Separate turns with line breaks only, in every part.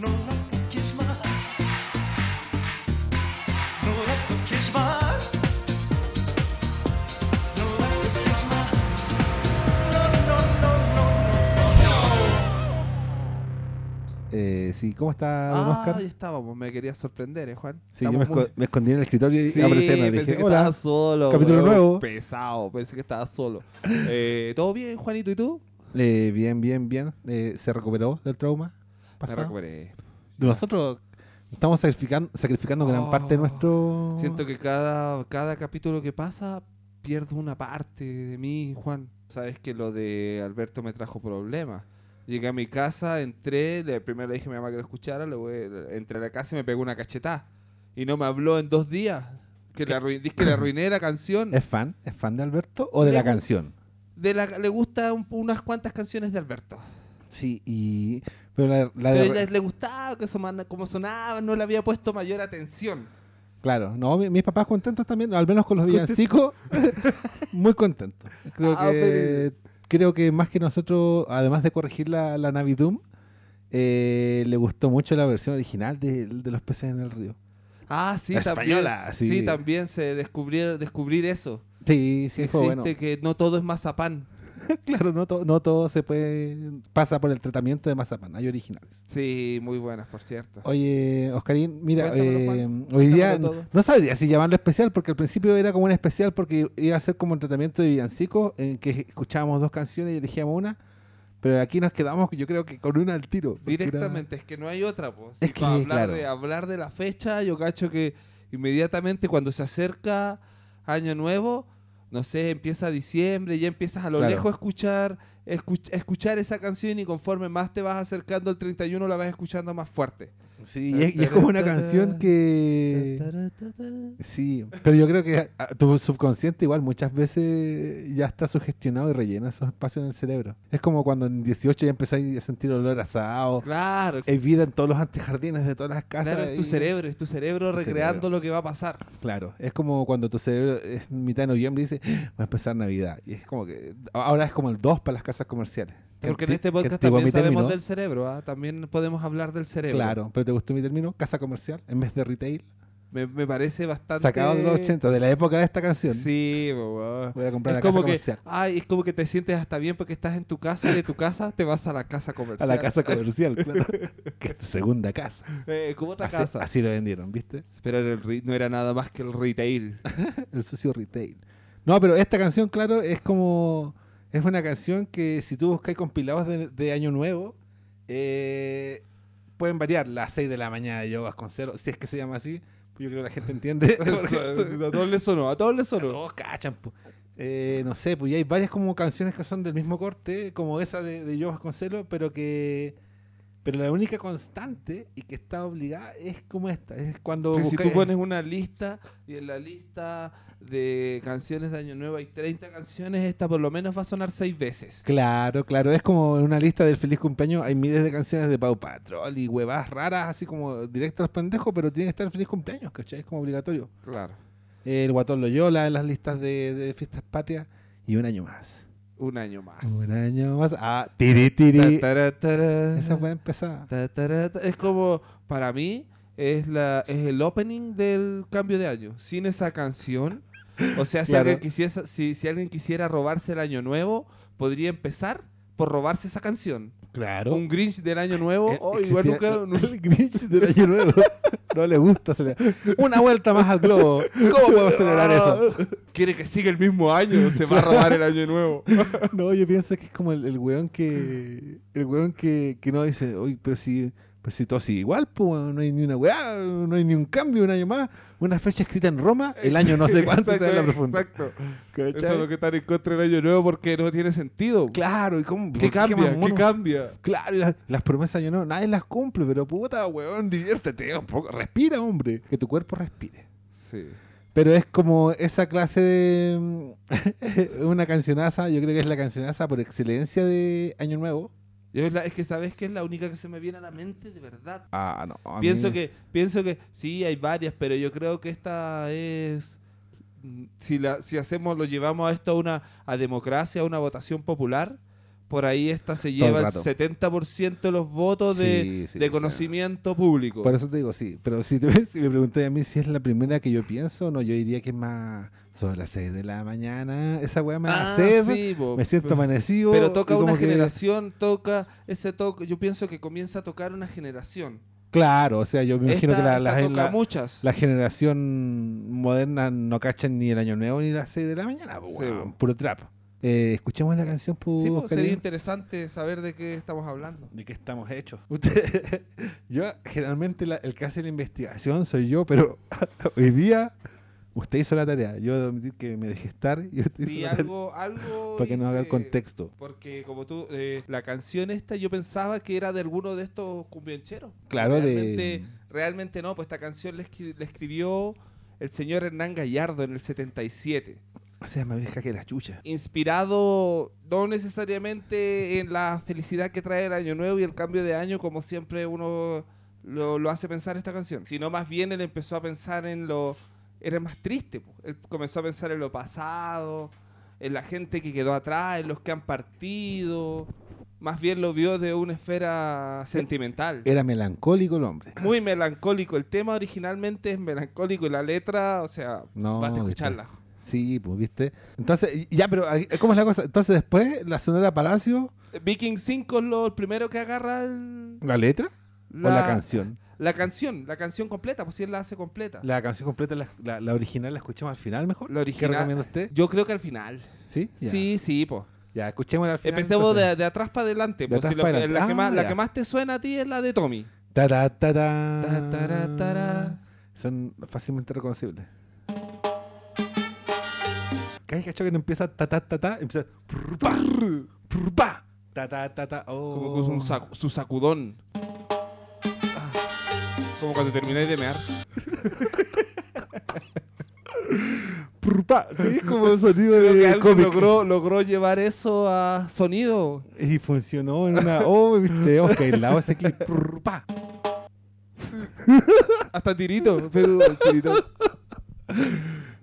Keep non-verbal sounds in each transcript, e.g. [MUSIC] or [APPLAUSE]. No la toques más. No la toques más. No la toques más. No, no, no, no, no, no.
Eh, sí, ¿cómo está don
Ah,
Oscar?
ahí estábamos, me quería sorprender, ¿eh, Juan?
Sí, yo me,
Estamos muy-
esco- me escondí en el escritorio y
Sí,
aparecí en la-
pensé
dije,
que
hola.
estaba solo.
capítulo
weón,
nuevo.
Pesado, pensé que estaba solo. Eh, ¿Todo bien, Juanito, y tú?
Eh, bien, bien, bien. Eh, ¿Se recuperó del trauma? pasado?
Me recuperé.
Nosotros estamos sacrificando, sacrificando gran
Oh,
parte de nuestro...
Siento que cada, cada capítulo que pasa pierdo una parte de mí, Juan. Sabes que lo de Alberto me trajo problemas. Llegué a mi casa, entré, le, primero le dije a mi mamá que lo escuchara, luego eh, entré a la casa y me pegó una cachetada. Y no me habló en dos días. Que le arruiné, que le arruiné la canción.
[LAUGHS] ¿Es fan? ¿Es fan de Alberto o de
Le
la
gu-
canción?
De la, le gustan unas cuantas canciones de Alberto.
Sí, y... Pero la, la Ah, de-
Pero le, le gustaba que soma- como sonaba, no le había puesto mayor atención.
Claro, no, mi- mis papás contentos también, al menos con los villancicos, [LAUGHS] muy contentos. Creo,
Ah,
que, creo que más que nosotros, además de corregir la, la Navidum, eh, le gustó mucho la versión original de, de Los peces en el río.
Ah, sí,
La española,
también.
sí.
Sí, también se descubrir, descubrir eso.
Sí, sí,
Que
fue
existe
bueno.
que no todo es mazapán.
[LAUGHS] Claro, no, to- no todo se puede, pasa por el tratamiento de mazapán, hay originales.
Sí, muy buenas, por cierto.
Oye, Oscarín, mira,
Cuéntamelo,
eh,
Juan,
hoy día
cuéntamelo todo.
no sabría si llamarlo especial, porque al principio era como un especial, porque iba a ser como un tratamiento de villancicos en que escuchábamos dos canciones y elegíamos una, pero aquí nos quedamos, yo creo que con una al tiro. porque era-
Directamente, es que no hay otra, pues.
Es que,
hablar,
claro.
de, hablar de la fecha, yo cacho que inmediatamente cuando se acerca Año Nuevo, no sé, empieza diciembre, ya empiezas a lo
Claro.
lejos a escuchar, escuch- escuchar esa canción y conforme más te vas acercando al 31 la vas escuchando más fuerte.
Sí, y es, y es como una canción que... Sí, pero yo creo que ah, tu subconsciente igual muchas veces ya está sugestionado y rellena esos espacios en el cerebro. Es como cuando en 18 ya empezáis a sentir olor a asado,
Claro,
hay vida en todos los antejardines de todas las casas.
claro, es tu
y-
cerebro, es tu cerebro
Tu
recreando
cerebro.
lo que va a pasar.
Claro, es como cuando tu cerebro es mitad de noviembre y dice, "Ah, va a empezar Navidad. Y es como que ahora es como el 2 para las casas comerciales.
Porque en
Que-
este
que
podcast
te digo,
también
mi
sabemos
término,
del cerebro, ¿ah? también podemos hablar del cerebro.
Claro, pero ¿te gustó mi término? Casa comercial en vez de retail.
Me, me parece bastante.
Sacado de los 80, de la época de esta canción.
Sí, po, weón.
Voy a comprar
es
la casa
como que,
comercial.
ay, es como que te sientes hasta bien porque estás en tu casa y de tu casa te vas a la casa
A
comercial.
la casa comercial, claro. [LAUGHS] que es tu segunda casa.
Eh, como otra
Así,
casa.
así lo vendieron, ¿viste?
Pero era el re- no era nada más que el
[LAUGHS]
retail.
El sucio retail. No, pero esta canción, claro, es como. Es una canción que si tú buscas compilados de, de Año Nuevo, eh, pueden variar. Las 6 de la mañana de Yo cero si es que se llama así, pues yo creo que la gente entiende. [LAUGHS] Porque-
[LAUGHS] a todos les sonó, a todos les sonó.
todos cachan. po. Eh, no sé, pues y hay varias como canciones que son del mismo corte, como esa de, de Yo Vasconcelo, pero que. Pero la única constante y que está obligada es como esta. Es cuando.
Que si
buscáis-
tú pones una lista y en la lista de canciones de Año Nuevo hay 30 canciones, esta por lo menos va a sonar 6 veces.
Claro, claro, es como en una lista del feliz cumpleaños hay miles de canciones de Pau Patrol y huevadas raras, así como directo a los pendejos, pero tiene que estar el feliz cumpleaños, ¿cachai? Es como obligatorio.
Claro.
El Guatón Loyola en las listas de, de fiestas patrias y un año más.
Un año más.
Un año más. Ah, tiri tiri.
Ta, tara, tara.
Esa buena empezada.
Ta, tara, ta- Es como, para mí, es, la, es el opening del cambio de año. Sin esa canción. O sea, si,
Claro.
alguien quisiese, si, si alguien quisiera robarse el año nuevo, podría empezar por robarse esa canción.
Claro.
Un Grinch del año nuevo.
Eh,
oh, igual
existía-
nunca. nu-
El [LAUGHS] Grinch del año nuevo. No le gusta celebrar. Una vuelta más al globo. ¿Cómo puedo celebrar eso?
[LAUGHS] Quiere que siga el mismo año. Se va a robar el año nuevo.
No, yo pienso que es como el, el weón que. El weón que, que no dice, oye, pero si, pero si todo sigue igual, pues weón, no hay ni una weá, no hay ni un cambio, un año más, una fecha escrita en Roma, [LAUGHS] el año no sé cuánto se
Exacto,
ve en la profunda.
Exacto.
¿Cachai?
Eso es lo que están en contra del año nuevo porque no tiene sentido.
Claro, ¿y cómo?
¿Qué
por más
cambia? ¿Qué
mono?
cambia?
Claro, y las, las promesas yo no, nadie las cumple, pero puta, weón, diviértete un poco, respira, hombre, que tu cuerpo respire.
Sí.
Pero es como esa clase de. mm, [LAUGHS] una cancionaza, yo creo que es la cancionaza por excelencia de Año Nuevo.
Yo es, la- es que sabes que es la única que se me viene a la mente de verdad.
Ah, no. a mí-
Pienso que, pienso que sí, hay varias, pero yo creo que esta es. mm, Si, la, si hacemos, lo llevamos a esto a una a democracia, a una votación popular, por ahí esta
Todo
se
el
lleva el
rato.
70% de los votos de,
Sí, sí,
de
o sea,
conocimiento público.
Por eso te digo, sí. Pero si, te- [LAUGHS] si me preguntáis a mí si es la primera que yo pienso, no, yo diría que es más sobre las 6 de la mañana. Esa weá me da
Ah,
sed,
sí, po,
me siento
pero-
amanecido.
Pero toca
y como
una
que-
generación, toca ese toque. Yo pienso que comienza a tocar una generación.
Claro, o sea, yo me imagino
Esta-
que la,
esta
la-
toca
la-
muchas.
la generación moderna no cachan ni el año nuevo ni las 6 de la mañana. po,
Sí,
weón,
po.
puro trap. Eh, escuchemos la canción, po,
Sí, pues, sería
Javier.
interesante saber de qué estamos hablando.
¿De qué estamos hechos? [LAUGHS] Usted- yo generalmente la- el que hace la investigación soy yo, pero [LAUGHS] hoy día usted hizo la tarea. Yo he de admitir que me dejé estar y usted
Sí,
hizo la tarea
algo,
[LAUGHS]
algo.
para que nos haga el
hice,
contexto.
Porque como tú, eh, la canción esta yo pensaba que era de alguno de estos cumbiancheros.
Claro, de-
realmente, Realmente no, pues esta canción la, escri- la escribió el señor Hernán Gallardo en el 77.
O sea, más vieja que la chucha.
Inspirado no necesariamente en la felicidad que trae el año nuevo y el cambio de año como siempre uno lo, lo hace pensar esta canción. Sino más bien él empezó a pensar en lo... Era más triste. po. Él comenzó a pensar en lo pasado, en la gente que quedó atrás, en los que han partido. Más bien lo vio de una esfera sentimental.
Era melancólico el hombre.
Muy melancólico. El tema originalmente es melancólico y la letra, o sea,
No,
vas a
viste.
escucharla.
Sí, pues, ¿viste? Entonces, ya, pero ahí- ¿cómo es la cosa? Entonces, después, la Sonora Palacio,
Viking 5 es lo el primero que agarra el-
la letra o la canción.
La canción, la canción completa, pues si él la hace completa.
La canción completa, la, la- la original, la escuchamos al final mejor.
La
¿Qué
original-
recomienda usted?
Yo creo que al final.
Sí, ya.
Sí, sí, pues.
Ya, escuchémosla al final.
Empecemos
entonces.
de, de atrás para adelante.
De
po, si
atrás
lo
pa'
que-
adelante.
la, que
Ah,
más, la
ya.
que más te suena a ti es la de Tommy.
Ta, ta, ta, ta.
Ta, tara, tara.
Son fácilmente reconocibles. Cada vez que no empieza ta ta ta ta, empieza prr, pa, prr, pa, ta ta ta ta. Oh.
Como con un sacu- su sacudón. Ah, como cuando termináis de mear.
Prr, pa. Sí, es como un sonido
Creo que
de
alguien
cómic.
logró, logró llevar eso a sonido.
Y funcionó en una. Oh, viste, ok, la ese clip. Prr, pa. [LAUGHS]
Hasta tirito, pero tirito.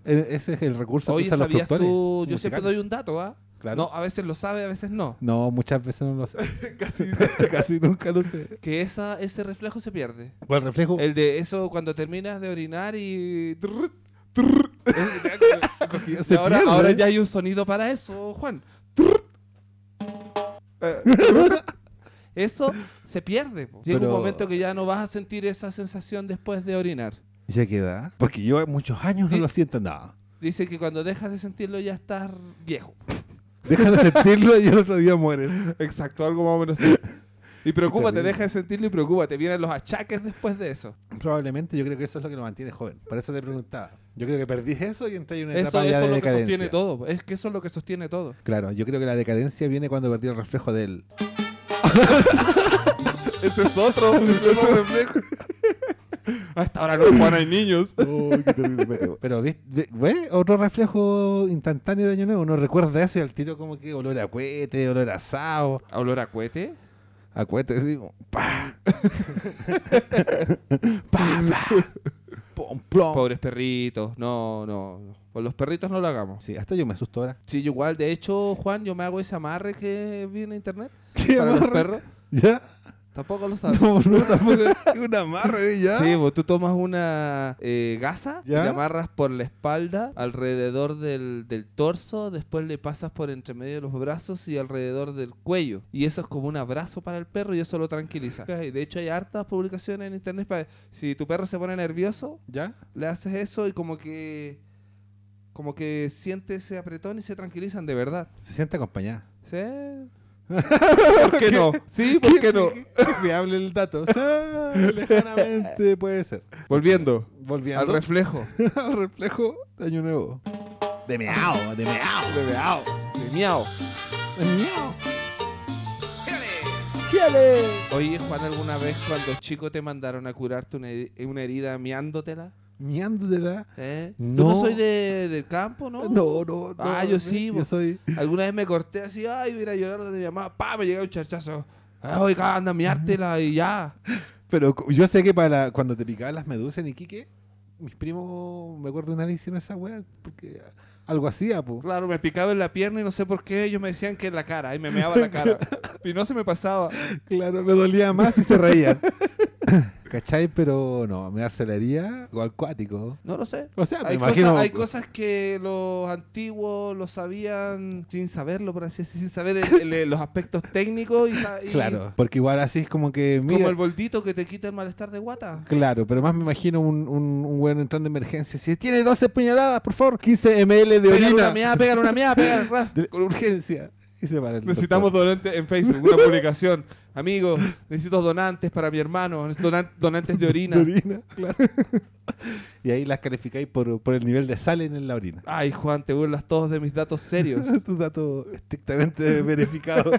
Eh, Ese es el recurso
Oye,
que usan los
¿sabías
productores.
tú? Yo siempre doy
musicales.
un dato, ¿ah?
Claro.
No, a veces lo sabe, a veces no.
No, muchas veces no lo sé.
[LAUGHS] Casi.
[LAUGHS] Casi nunca lo sé.
que esa, ese reflejo se pierde.
¿Cuál reflejo?
El de eso cuando terminas de orinar y... trrr,
[LAUGHS] Se
y ahora,
pierde,
ahora
¿eh?
ya hay un sonido para eso, Juan.
Eh.
[LAUGHS] Eso se pierde. po. Llega
Pero-
un momento que ya no vas a sentir esa sensación después de orinar.
Ya queda. Porque yo muchos años no
Sí.
lo siento nada.
Dice que cuando dejas de sentirlo ya estás viejo.
Dejas de sentirlo y el otro día mueres.
Exacto, algo más o menos Y preocúpate,
Terrible.
deja de sentirlo y preocúpate. Vienen los achaques después de eso.
Probablemente yo creo que eso es lo que lo mantiene joven. Por eso te preguntaba. Yo creo que perdí eso y entré en una
Eso,
etapa ya
eso
de
es lo que
decadencia.
sostiene todo. Es que eso es lo que sostiene todo.
Claro, yo creo que la decadencia viene cuando perdí el reflejo [LAUGHS] del.
[LAUGHS] Ese es otro, reflejo. [LAUGHS] Hasta ahora los Juan hay niños.
Pero, ¿ves? ¿Ve? ¿Ve? Otro reflejo instantáneo de Año Nuevo. Uno recuerda eso y al tiro como que olor a cuete, olor a asado.
¿Olor a cohete?
A cuete, así como. [LAUGHS] ¡Pah! ¡Pah, pah! ¡Pum, plom!
Pobres perritos. No, no. no. Con los perritos no lo hagamos.
Sí, hasta yo me asusto [LAUGHS] ahora.
Sí, yo igual. De hecho, Juan, yo me hago ese amarre que vi en internet.
¿Qué
para los
amarre?
perros.
¿Ya? [LAUGHS]
Tampoco lo sabes.
No, no, tampoco. Es un amarre, ¿eh? ¿ya?
Sí, vos tú tomas una eh, gasa,
¿Ya?
y la amarras por la espalda, alrededor del, del torso, después le pasas por entre medio de los brazos y alrededor del cuello. Y eso es como un abrazo para el perro y eso lo tranquiliza. Y de hecho hay hartas publicaciones en internet para si tu perro se pone nervioso,
¿Ya?
le haces eso y como que como que siente ese apretón y se tranquilizan de verdad.
Se siente acompañada. [LAUGHS]
¿Sí? [LAUGHS] ¿Por qué no? Sí, ¿por qué no?
Es fiable el dato. O sea, lejanamente puede ser.
Volviendo al
Volviendo [LAUGHS] al,
reflejo.
reflejo de Año Nuevo. De meao, de meao.
De meao, de miau.
De meao.
Oye, Juan, ¿alguna vez cuando chico te mandaron a curarte una, he- una herida miándotela?
Miándotela.
¿Eh? ¿Tú no
No.
soy de, del campo, no?
No, no, no.
Ah, yo sí,
Yo
vos.
soy.
Alguna vez me corté así, ay, mira, llorando de mi mamá, pa, me llegaba un charchazo. Ay, oiga, anda, miártela y ya.
Pero cu- yo sé que para cuando te picaban las medusas en Iquique, mis primos, me acuerdo una vez hicieron esa weá, porque Algo así, ah,
[LAUGHS]
po.
Claro, me picaba en la pierna y no sé por qué ellos me decían que en la cara y me meaba la cara. y no se me pasaba.
Claro, me dolía más y se reía.
[LAUGHS]
¿Cachai? Pero no, me aceleraría o al cuático.
No lo sé.
O sea, Ah, me
Hay,
imagino.
cosas, hay cosas que los antiguos lo sabían sin saberlo, por así decirlo, sin saber el- el- los aspectos técnicos y, sa- y
Claro, porque igual así es como que.
como
mira-
el boldito que te quita el malestar de guata.
Claro, pero más me imagino un, un, un weón entrando de emergencia. Si tiene 12 puñaladas, por favor, 15 ml de
Pegar una
orina.
meada, pegar una meada, [LAUGHS] pegar. ra.
de- con urgencia. Y se para el
Necesitamos
doctor.
donantes en Facebook, una publicación. Amigos, necesito donantes para mi hermano, donan- donantes [LAUGHS] de orina.
De orina, claro. [LAUGHS] y ahí las calificáis por, por el nivel de sal en la orina.
Ay, Juan, te burlas todos de mis datos serios.
[LAUGHS]
[LAUGHS]
tu dato [LAUGHS] estrictamente verificado.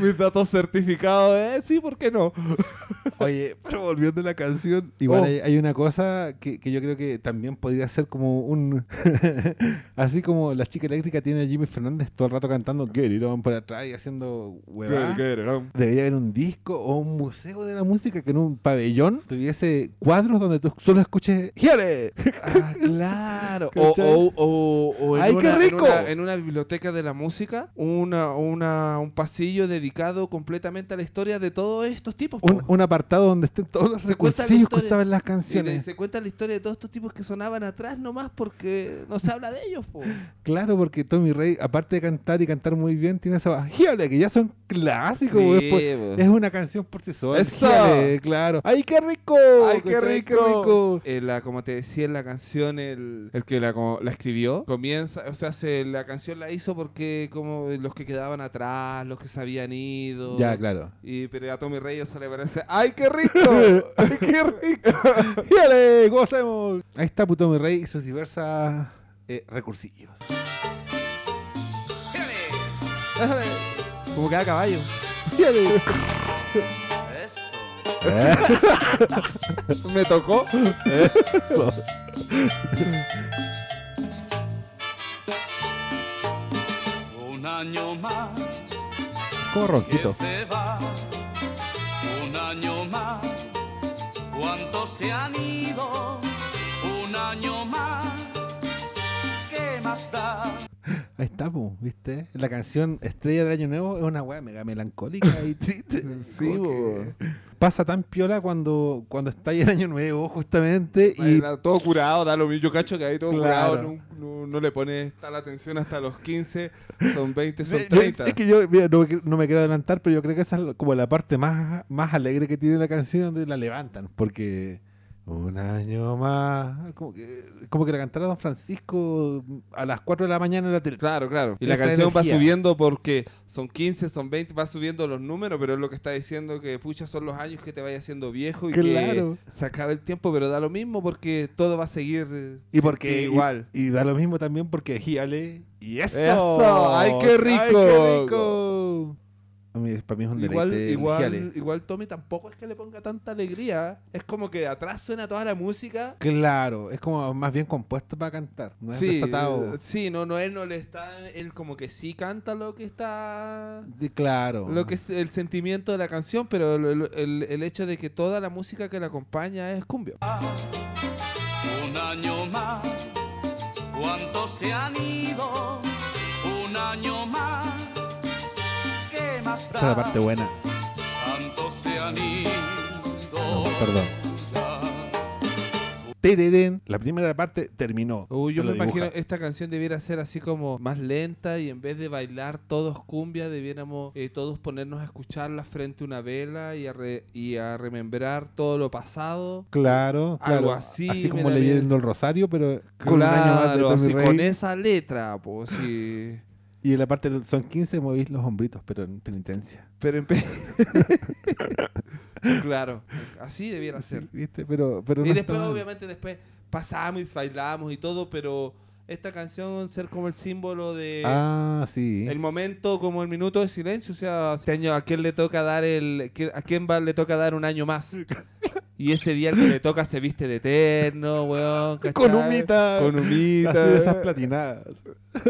mis datos certificados, ¿eh? Sí, ¿por qué no? [LAUGHS]
Oye, pero volviendo a la canción, igual
Oh. [LAUGHS]
hay, hay una cosa que, que yo creo que también podría ser como un... [LAUGHS] así como la chica eléctrica tiene a Jimmy Fernández todo el rato cantando Get It On por atrás y haciendo huevadas. Debería haber un disco o un museo de la música que en un pabellón tuviese cuadros donde tú solo escuches [LAUGHS] ¡Giale!
Ah, claro. O,
¿Cachai?
o- o- o en,
¡Ay, qué
una, en
rico!
una- en una biblioteca de la música, una, una, un pasillo dedicado completamente a la historia de todos estos tipos. po.
Un, un apartado donde estén todos los
Se cuenta la
recursillos que
historia.
saben las
Y de-
canciones.
se cuenta la historia de todos estos tipos que sonaban atrás nomás porque no se habla de ellos.
[LAUGHS]
po.
Claro, porque Tommy Rey, aparte de cantar y cantar muy bien, tiene esa ¡Giale! que ya son clásicos.
Sí,
después-
po.
Es una canción por sí sola.
¡Eso!
Gíale, claro. ¡Ay, qué rico!
¡Ay, qué
¿Cachai?
rico! Eh, la, como te decía en la canción, el, el que la, como- la escribió, comienza, o sea, se, la canción la hizo porque como los que quedaban atrás, los que se habían ido.
Ya,
[LAUGHS]
claro.
Y pero a Tommy Reyes se le parece, ¡ay,
[LAUGHS]
qué rico! [LAUGHS]
¡Ay, qué [LAUGHS] rico! ¡Gíale! ¡Gocemos! Ahí está Puto Mi Rey y sus diversas eh, recursillos.
Déjale. Como cada caballo.
¡Gíale! [LAUGHS]
Me tocó.
Un año más
Como
que
ronquito.
se va. Un año más. ¿Cuántos se han ido? Un año más. ¿Qué más da?
Ahí estamos, ¿viste? La canción Estrella del Año Nuevo es una weá mega melancólica y triste.
Sí,
Como
bo.
que Pasa tan piola cuando, cuando está ahí el Año Nuevo, justamente. Y
Baila Todo curado, da lo mismo. Yo cacho que ahí todo
Claro.
curado. No, no- no le pones tal atención hasta los 15. Son 20, son
Yo- yo-
30.
Es que yo, mira, no, me qui- no me quiero adelantar, pero yo creo que esa es la- como la parte más, más alegre que tiene la canción donde la levantan, porque un año más, como que, como que la cantara Don Francisco a las 4 de la mañana en la tele.
Claro, claro. Y la
Esa
canción
energía.
va subiendo porque son 15, son 20, va subiendo los números, pero es lo que está diciendo que, pucha, son los años que te vaya haciendo viejo y
Claro.
que se acaba el tiempo, pero da lo mismo porque todo va a seguir eh,
Y porque
sin ti igual.
Y, y da lo mismo también porque gíale. Y eso.
Eso, ¡ay, qué rico!
para mí es un
Igual,
deleite el
igual,
giale.
igual Tommy tampoco es que le ponga tanta alegría. ¿eh? Es como que atrás suena toda la música.
Claro, es como más bien compuesto para cantar, no es desatado.
eh, sí, no, no, él no le está, él como que sí canta lo que está,
De- claro.
lo que es el sentimiento de la canción, pero lo- lo- el, el hecho de que toda la música que la acompaña es cumbia.
Un año más. ¿Cuántos se han ido? Un año más. ¿Qué más da?
Esa es la parte buena.
¿Cuántos se han ido?
No, perdón.
Ya.
Tererén. La primera parte terminó.
Uy, yo
Te
me
lo
imagino
dibuja.
esta canción debiera ser así como más lenta y en vez de bailar todos cumbia, debiéramos eh, todos ponernos a escucharla frente a una vela y a, re- y a remembrar todo lo pasado.
Claro, claro.
Algo así,
como
me la vi-
leyendo el rosario, pero con un año más de
Claro,
Tommy
así con
Rey.
esa letra, pues sí.
Y en la parte del- son 15 movís los hombritos, pero en penitencia.
Pero en pe- [LAUGHS] Claro, así debiera ser.
¿Viste? Pero, pero
Y
no
después,
está mal.
obviamente, después pasamos y bailamos y todo, pero esta canción ser como el símbolo de...
Ah, sí.
El momento como el minuto de silencio, o sea, este año a quién le toca dar el qui- a quién va, le toca dar un año más. Y ese día el que le toca se viste de eterno, weón, ¿cachai?
Con humita.
Con humita.
Así de
[LAUGHS]
esas platinadas.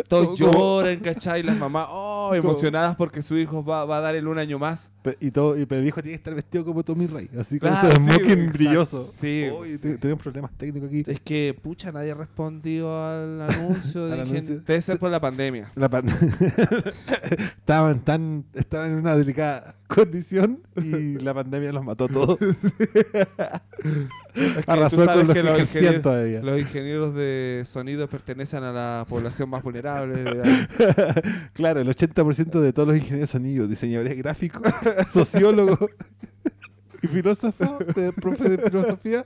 Todos
como-
lloran, ¿cachai? Las mamás, oh, emocionadas porque su hijo va, va a dar el un año más.
Pero, y todo, y- pero el viejo tiene que estar vestido como Tommy Rey, así con
Claro,
esos
sí,
smoking
exacto.
brilloso.
Sí,
Oye,
sí.
te- tenemos problemas técnicos aquí.
Es que, pucha, nadie respondió [LAUGHS] al anuncio.
Al
de
anuncio.
gente. Debe ser por la pandemia.
La pan- [LAUGHS] estaban tan estaban en una delicada condición y la pandemia los mató a
[LAUGHS]
todos. Arrasó con
sabes
los
que
que,
los
ejercían
ingenieros-
todavía.
Los ingenieros de sonido pertenecen a la población más vulnerable. [LAUGHS] ¿verdad?
[LAUGHS] claro, el 80% de todos los ingenieros de sonido, diseñadores gráficos, [LAUGHS] sociólogos y filósofos, de, profe de filosofía,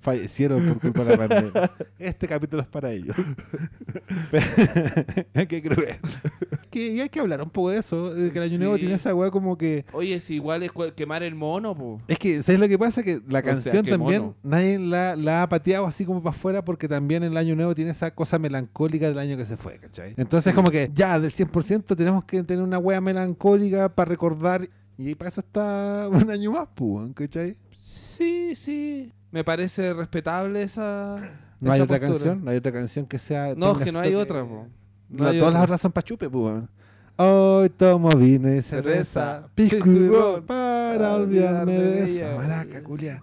fallecieron por culpa de la pandemia. Este capítulo es para ellos. [LAUGHS] Qué cruel. Que, y hay que hablar un poco de eso, de que el año
Sí.
nuevo tiene esa weá como que...
Oye, si igual es cual- quemar el mono, po.
Es que, ¿sabes lo que pasa? Que la
O sea,
canción
qué
también
mono.
nadie la, la ha pateado así como para afuera porque también el año nuevo tiene esa cosa melancólica del año que se fue, ¿cachai? Entonces, como que ya del 100% tenemos que tener una wea melancólica para recordar y para eso está [LAUGHS] un año más, pues, weón, ¿cachai?
Sí, sí. Me parece respetable esa.
No hay
esa
otra
postura.
canción, no hay otra canción que sea.
No, es
tenga
que no
ese
hay
toque.
otra, po. eh, No
No,
hay
todas
otra.
las otras son pa' chupe, pues, weón. Hoy tomo vino y cerveza,
Cerveza,
pisco y
pisco y
ron
ron,
para
para
olvidarme
olvidarme
de
de
esa
ella.
maraca, culia.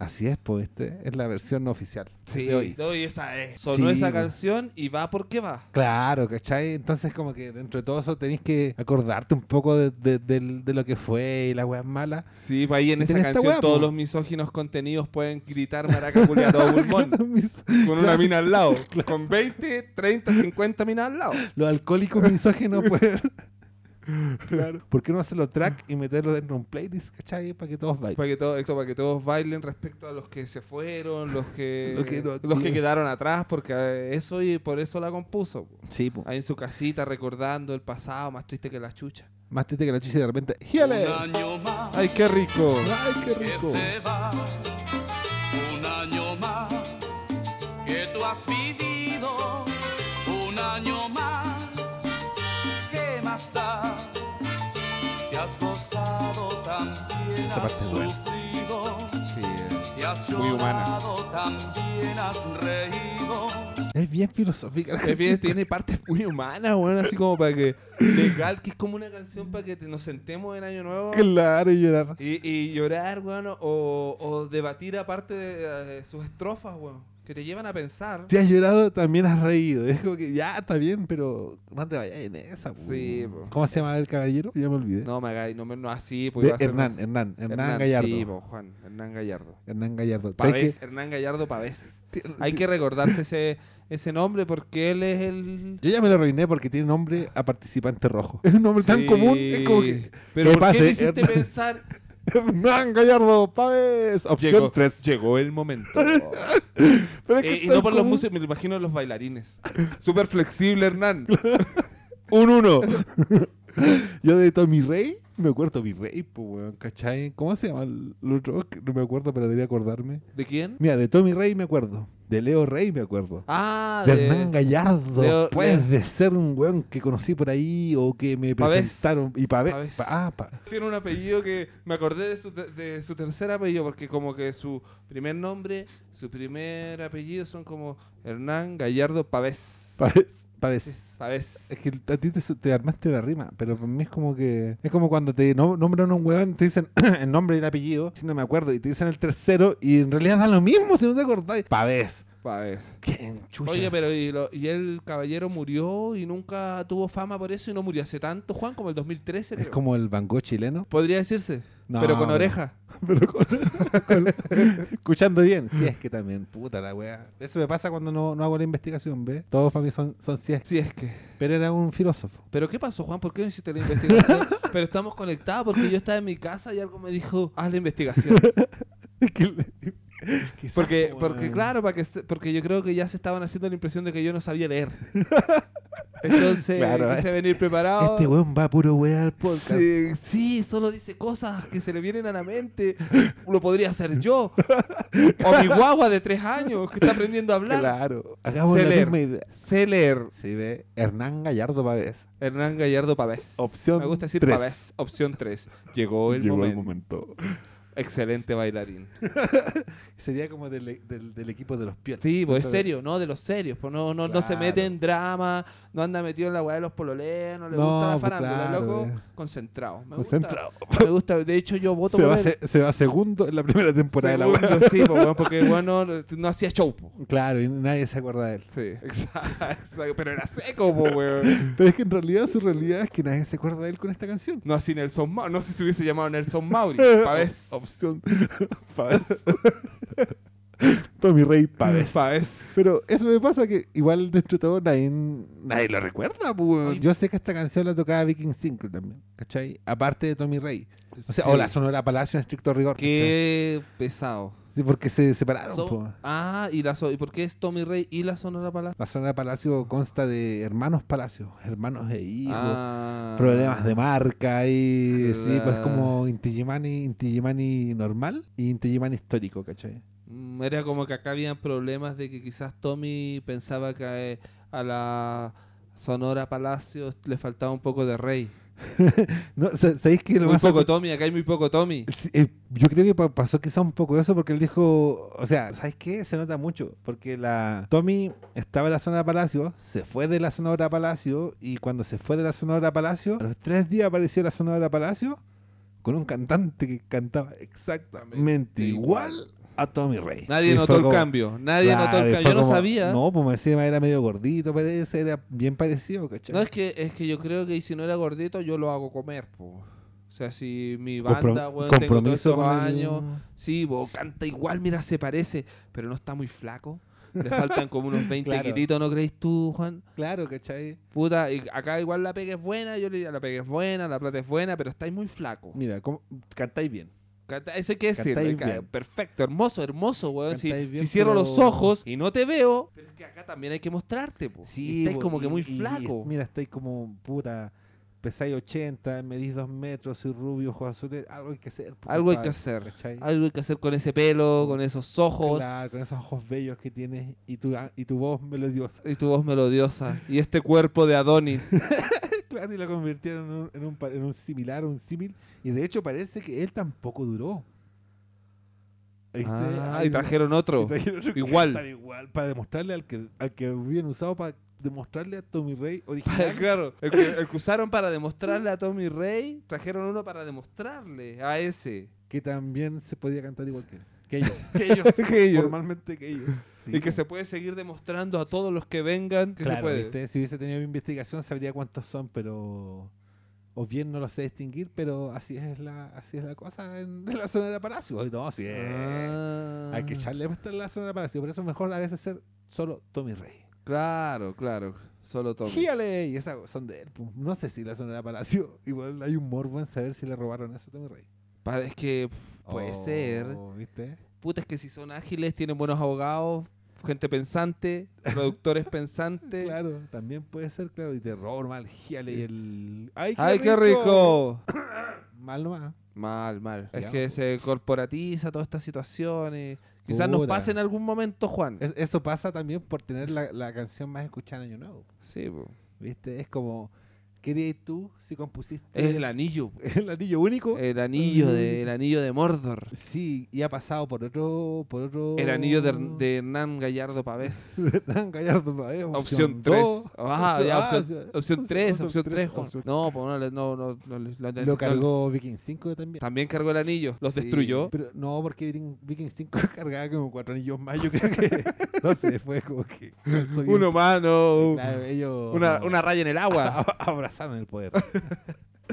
Así es, pues, este es la versión oficial
Sí,
de hoy.
no, y esa es. Sonó
Sí,
esa
po.
canción y va porque va.
Claro, ¿cachai? Entonces como que dentro de todo eso tenés que acordarte un poco de, de- del- de lo que fue y las weas malas.
Sí, pues ahí en
Y
esa
tenés esta
canción
weá,
todos
po.
los misóginos contenidos pueden gritar maracaculia a [LAUGHS] todo
[LAUGHS]
pulmón.
Mis-
Con una mina al
[LAUGHS]
lado. Con 20, 30, 50 minas al lado.
Los alcohólicos misógenos
[LAUGHS]
pueden... Claro. ¿Por qué no hacerlo track y meterlo dentro de un playlist, cachai? Para que todos bailen.
Para que, todo, esto, para que todos bailen respecto a los que se fueron, los que,
Los que no-
los que quedaron atrás, porque eh, eso y por eso la compuso. po.
Sí, po.
Ahí en su casita recordando el pasado, más triste que la chucha.
Más triste que la chucha y de repente... ¡Gíale!
Un año más
¡Ay, qué rico!
¡Ay, qué
que
rico!
se va. Un año más que tú has vivido. Un año más que más da. Si has gozado también,
Esa
has
parte es buena.
sufrido.
Sí, eh.
Si has
Muy humana.
llorado también, has reído.
Es bien filosófica. la
eh. Tiene- tiene partes muy humanas, bueno, así como para que... Legal, que es como una canción para que te- nos sentemos en Año Nuevo.
Claro, y llorar.
Y, y llorar, weón, o, o debatir aparte de eh, sus estrofas, weón, que te llevan a pensar.
Si has llorado, también has reído. Es como que ya está bien, pero no te vayas en esa. po.
Sí, po.
¿Cómo se llama el caballero? Ya me olvidé.
No, me hagáis, no, me- no así, pues
De
iba a ser-
Hernán, Hernán, Hernán,
Sí,
Gallardo.
po, Juan, Hernán Gallardo.
Hernán Gallardo. ¿Sabes
Pavés,
qué?
Hernán Gallardo Pavés.
Ti- ti-
Hay que recordarse ese, ese nombre porque él es el...
Yo ya me lo arruiné porque tiene nombre a participante
[LAUGHS]
rojo. Es un nombre tan
Sí,
común. Es como que.
Pero
¿qué
¿por qué
pase,
le hiciste
Hernán?
[LAUGHS] pensar?
Hernán Gallardo Páez. [LAUGHS] Opción 3.
llegó el momento.
Pero [LAUGHS] es que
Eh,
es
y
tan
no por los
común.
músicos, me lo imagino los bailarines. Súper
[LAUGHS]
flexible, Hernán.
Un uno. [LAUGHS] Yo de Tommy Rey, me acuerdo Tommy Rey, pues, weón, ¿cachai? ¿Cómo se llama el otro? Que No me acuerdo, pero debería acordarme.
¿De quién?
Mira, de Tommy Rey me acuerdo. De Leo Rey me acuerdo.
Ah,
de Hernán Gallardo.
Leo-
puede
Leo-
de ser un weón que conocí por ahí o que me
Pavés.
presentaron. Y Pavés.
Pavés.
pa- ah, pa-
Tiene un apellido que me acordé de su, te- de su tercer apellido, porque como que su primer nombre, su primer apellido son como Hernán Gallardo Pavés.
Pavés. Pavés.
Pavés.
Es que a ti te, su- te armaste la rima, pero para mí es como que. Es como cuando te no- nombran a un weón, te dicen [CLEARS THROAT] el nombre y el apellido, si no me acuerdo, y te dicen el tercero, y en realidad da lo mismo si no te acordáis. Pavés.
Pavés.
¿Quién chucha?
Oye, pero y, lo- y el caballero murió y nunca tuvo fama por eso y no murió hace tanto, Juan, como el 2013.
Es
creo.
como el Van Gogh chileno.
Podría decirse,
No,
pero con
pero-
oreja.
[LAUGHS] Pero con- con- [LAUGHS] escuchando bien. Si es que también, puta la weá. Eso me pasa cuando no, no hago la investigación, ¿ves? Todos para mí son, son si es que.
Si es que.
Pero era un filósofo. [LAUGHS]
¿Pero qué pasó, Juan? ¿Por qué no hiciste la investigación? [LAUGHS] pero estamos conectados porque yo estaba en mi casa y algo me dijo, haz la investigación.
Es que- quizás,
Porque,
po,
porque
weón.
claro, para que se- porque yo creo que ya se estaban haciendo la impresión de que yo no sabía leer. [LAUGHS] Entonces
Claro, eh.
quise venir preparado.
Este weón va puro weá al podcast.
sí, sí, solo dice cosas que se le vienen a la mente. Lo podría hacer yo. O mi guagua de tres años que está aprendiendo a hablar.
Claro. Hagamos
Sé
la
leer.
misma idea.
Sé leer.
Sí, ve. Hernán Gallardo Pavés.
Hernán Gallardo Pavés.
Opción
Me gusta decir
tres.
Pavés. Opción 3. Llegó el
Llegó
momento.
el momento.
Excelente bailarín.
Sería como del, del- del equipo de los piolas.
Sí, pues es
Entonces,
serio, ¿no? De los serios. Pues no, no, no se
Claro.
mete en drama, no anda metido en la weá de los pololeos, no le
No,
gusta la
pues
farándula,
claro,
loco.
eh.
Concentrado. Me
Concentrado.
Gusta, me gusta. De hecho, yo
[LAUGHS]
voto
Se
por
va,
él.
se, se va segundo en la primera temporada de la
Segundo, [LAUGHS] Sí, pues, weón, porque bueno, no hacía show, po.
web. Claro, y nadie se acuerda de él.
Sí, exacto. [LAUGHS] Pero era seco, po, weón.
Pero es que en realidad su realidad es que nadie se acuerda de él con esta canción.
No así Nelson Mauri. No sé si se hubiese llamado Nelson Mauri. Pavés.
[LAUGHS] Opción. Pavés. Tommy Rey Pavés.
Pavés.
Pero eso me pasa que igual dentro de todo nadie, nadie lo recuerda. pues.
Oye.
Yo sé que esta canción la tocaba Viking Sinclair también, ¿cachai? Aparte de Tommy Rey. O sea, o la Sonora Palacio en estricto rigor.
Qué pesado.
¿cachai? Sí, porque se separaron.
So-
po.
ah, y la so- ¿y por qué es Tommy Rey y la Sonora Palacio?
La Sonora Palacio consta de hermanos Palacio, hermanos e hijos.
Ah.
Problemas de marca y sí, pues
Claro.
como Inti Gimani, Inti Gimani normal y Inti Gimani histórico, ¿cachai?
Mm, Era como que acá habían problemas de que quizás Tommy pensaba que eh, a la Sonora Palacio le faltaba un poco de rey.
No, sa- ¿sabéis que lo
Muy
más
poco Tommy, acá hay muy poco Tommy.
Sí, eh, yo creo que pa- pasó quizá un poco eso porque él dijo, o sea, ¿sabes qué? Se nota mucho, porque la Tommy estaba en la zona de Palacio, se fue de la zona de Palacio y cuando se fue de la zona de Palacio, a los tres días apareció la zona de Palacio con un cantante que cantaba exactamente igual a Tommy Rey.
Nadie
Y
notó
fue
el
como-
cambio. Nadie
Claro,
notó
y
el
fue
cambio. Yo no
como,
sabía. No,
No, pues encima era medio gordito, parece, era bien parecido, ¿cachai?
es que es que yo creo que si no era gordito, yo lo hago comer, po. O sea, si mi
Compro-
banda, weón, tengo todos estos
con el-
años, sí, bo, canta igual, mira, se parece, pero no está muy flaco. Le faltan como unos 20
[LAUGHS] Claro.
kilitos, ¿no crees tú, Juan?
Claro, ¿cachai?
Puta, y acá igual la pega es buena, yo le diría la pega es buena, la plata es buena, pero estáis muy flaco.
Mira, como- cantáis bien.
Cata- Eso hay que decir.
Cantáis
hay que-
bien.
Perfecto, hermoso, hermoso, weón. Si,
Cantáis bien,
si cierro
pero-
los ojos y no te veo, pero es que acá también hay que mostrarte, po. Y estáis
bo,
como que
y-
muy
y-
flaco.
mira, estáis como puta. Pesáis 80, medís 2 metros, soy rubio, ojos azules. Algo hay que hacer. po,
Algo hay
compadre,
que hacer.
¿cachai?
Algo hay que hacer con ese pelo, con esos ojos.
Claro, con esos ojos bellos que tienes y tu, ah, y tu voz melodiosa. [LAUGHS]
Y tu voz melodiosa. Y este cuerpo de [LAUGHS] Adonis. Ah,
claro, y la convirtieron en un, en un, pa- en un similar, un símil. Y de hecho, parece que él tampoco duró. ¿Viste?
Ah,
Hay
y
una-
trajeron
y
otro. [LAUGHS]
trajeron otro que
Igual.
cantaba igual. Para demostrarle al que, al que habían usado para demostrarle a Tommy Rey original.
claro, el que, el que usaron para demostrarle a Tommy Rey, trajeron uno para demostrarle a ese.
que también se podía cantar igual que, que ellos.
[LAUGHS] Que ellos, que ellos.
Formalmente que ellos.
y que se puede seguir demostrando a todos los que vengan que se
Claro,
puede.
¿viste? si hubiese tenido investigación sabría cuántos son, pero... O bien no lo sé distinguir, pero así es la, así es la cosa en, [LAUGHS] en la zona de Palacio. Ay, No, sí es.
Ah.
Hay que echarle bastante en la zona de Palacio. Por eso es mejor a veces ser solo Tommy Rey.
Claro, claro. Solo Tommy.
¡Gíale! Y esas son de él. pum. No sé si la zona de Palacio. [LAUGHS] Igual hay un morbo en saber si le robaron eso a Tommy Rey.
Pa- Es que pf, puede
Oh,
ser.
¿Viste?
Puta, es que si son ágiles, tienen buenos abogados,
[LAUGHS]
gente pensante, productores pensantes.
Claro, también puede ser, claro. Y terror, mal, gíale. Y el. ¡Ay,
¡Ay, qué rico!
Mal nomás.
Mal, mal. Es
Ya,
que
pues.
se corporatiza todas estas situaciones. Quizás nos
Puta.
pase en algún momento, Juan.
Es- eso pasa también por tener la, la canción más escuchada en Año Nuevo.
Sí, po.
¿Viste? Es como, ¿qué dirías tú si compusiste
Es Eh. el anillo. po.
[LAUGHS] el anillo único?
El anillo de, el anillo de Mordor.
Sí, y ha pasado por otro. Por otro
El anillo de, Hern- de Hernán Gallardo Pavés.
[LAUGHS] de Hernán Gallardo Paez,
Opción 3.
dos.
Ah, ya, opción,
ah,
opción 3, opción
tres,
3, Juan.
opción-
No, pues no, le- no, no, no, le- no le-
Lo
no-
cargó Viking 5 también.
También cargó el anillo, los
Sí,
destruyó.
Pero no, porque Viking, Viking 5 [LAUGHS] cargaba como cuatro anillos más. Yo creo que. [LAUGHS] no sé, fue como
[LAUGHS]
que. calzó bien.
Uno más, no.
[LAUGHS] Claro, Ah, ellos- [LAUGHS]
Una, una raya en el agua.
Ab- abrazaron el poder. [LAUGHS]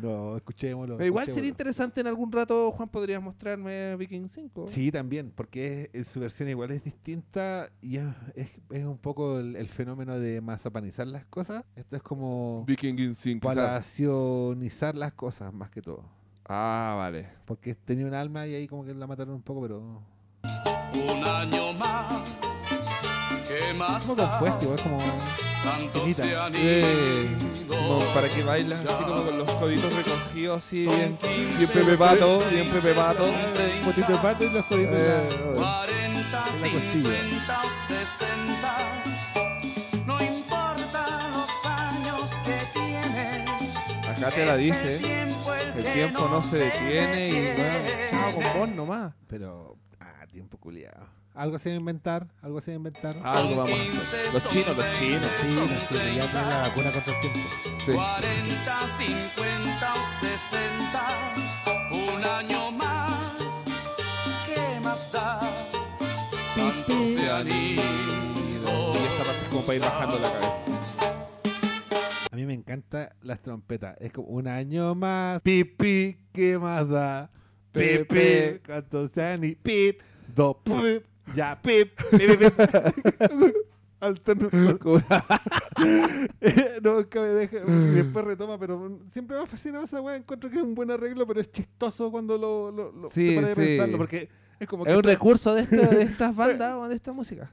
no, escuchémoslo.
[LAUGHS] Pero Igual sería
escuchémoslo.
interesante en algún rato, Juan, podrías mostrarme Viking 5.
Sí, también, porque es- es- su versión igual es distinta y es, es- es un poco el, el fenómeno de mazapanizar las cosas. Esto es como
Viking 5.
palacionizar las cosas, más que todo.
Ah, vale.
Porque tenía un alma y ahí como que la mataron un poco, pero...
un año más. ¿Qué más
Como
da?
compuesto, igual como...
Tantos
infinita.
se han
Eh,
ido
como para que bailas
ya.
así como con los coditos recogidos, así
Son
bien,
15,
bien Pepe Pato, bien
16,
Pepe Pato.
Un potito de pato y los coditos en la-
Cuarenta,
la costilla.
cincuenta, sesenta. No importa los años que tienes.
Acá te la
es el
dice.
tiempo el
El tiempo no se detiene y bueno, chao con vos nomás.
Pero, ah, tiempo culiado. Algo se va a inventar, algo se va a inventar.
Algo vamos a hacer. Los chinos, los chinos.
sí, no sé, ya tiene la vacuna contra el tiempo.
Sí.
40, 50 o 60, un año más, ¿qué más da? Tanto se han ido.
Y esta parte es como para ir bajando la cabeza.
A mí me encantan las trompetas. Es como un año más. Pip, pip, ¿qué más da? Pip, pip, cuánto se han ido. Pip, dos, pip, ya, pip, pip,
[LAUGHS]
pip, pip. Alterno- Eh, [LAUGHS] no, nunca me deja. y Después retoma, pero siempre me ha fascinado esa weá. Encuentro que es un buen arreglo, pero es chistoso cuando lo, lo, lo-
Sí,
te paras de
sí.
pensarlo. Porque es como que.
Es un recurso de, esto- de estas bandas o de esta música.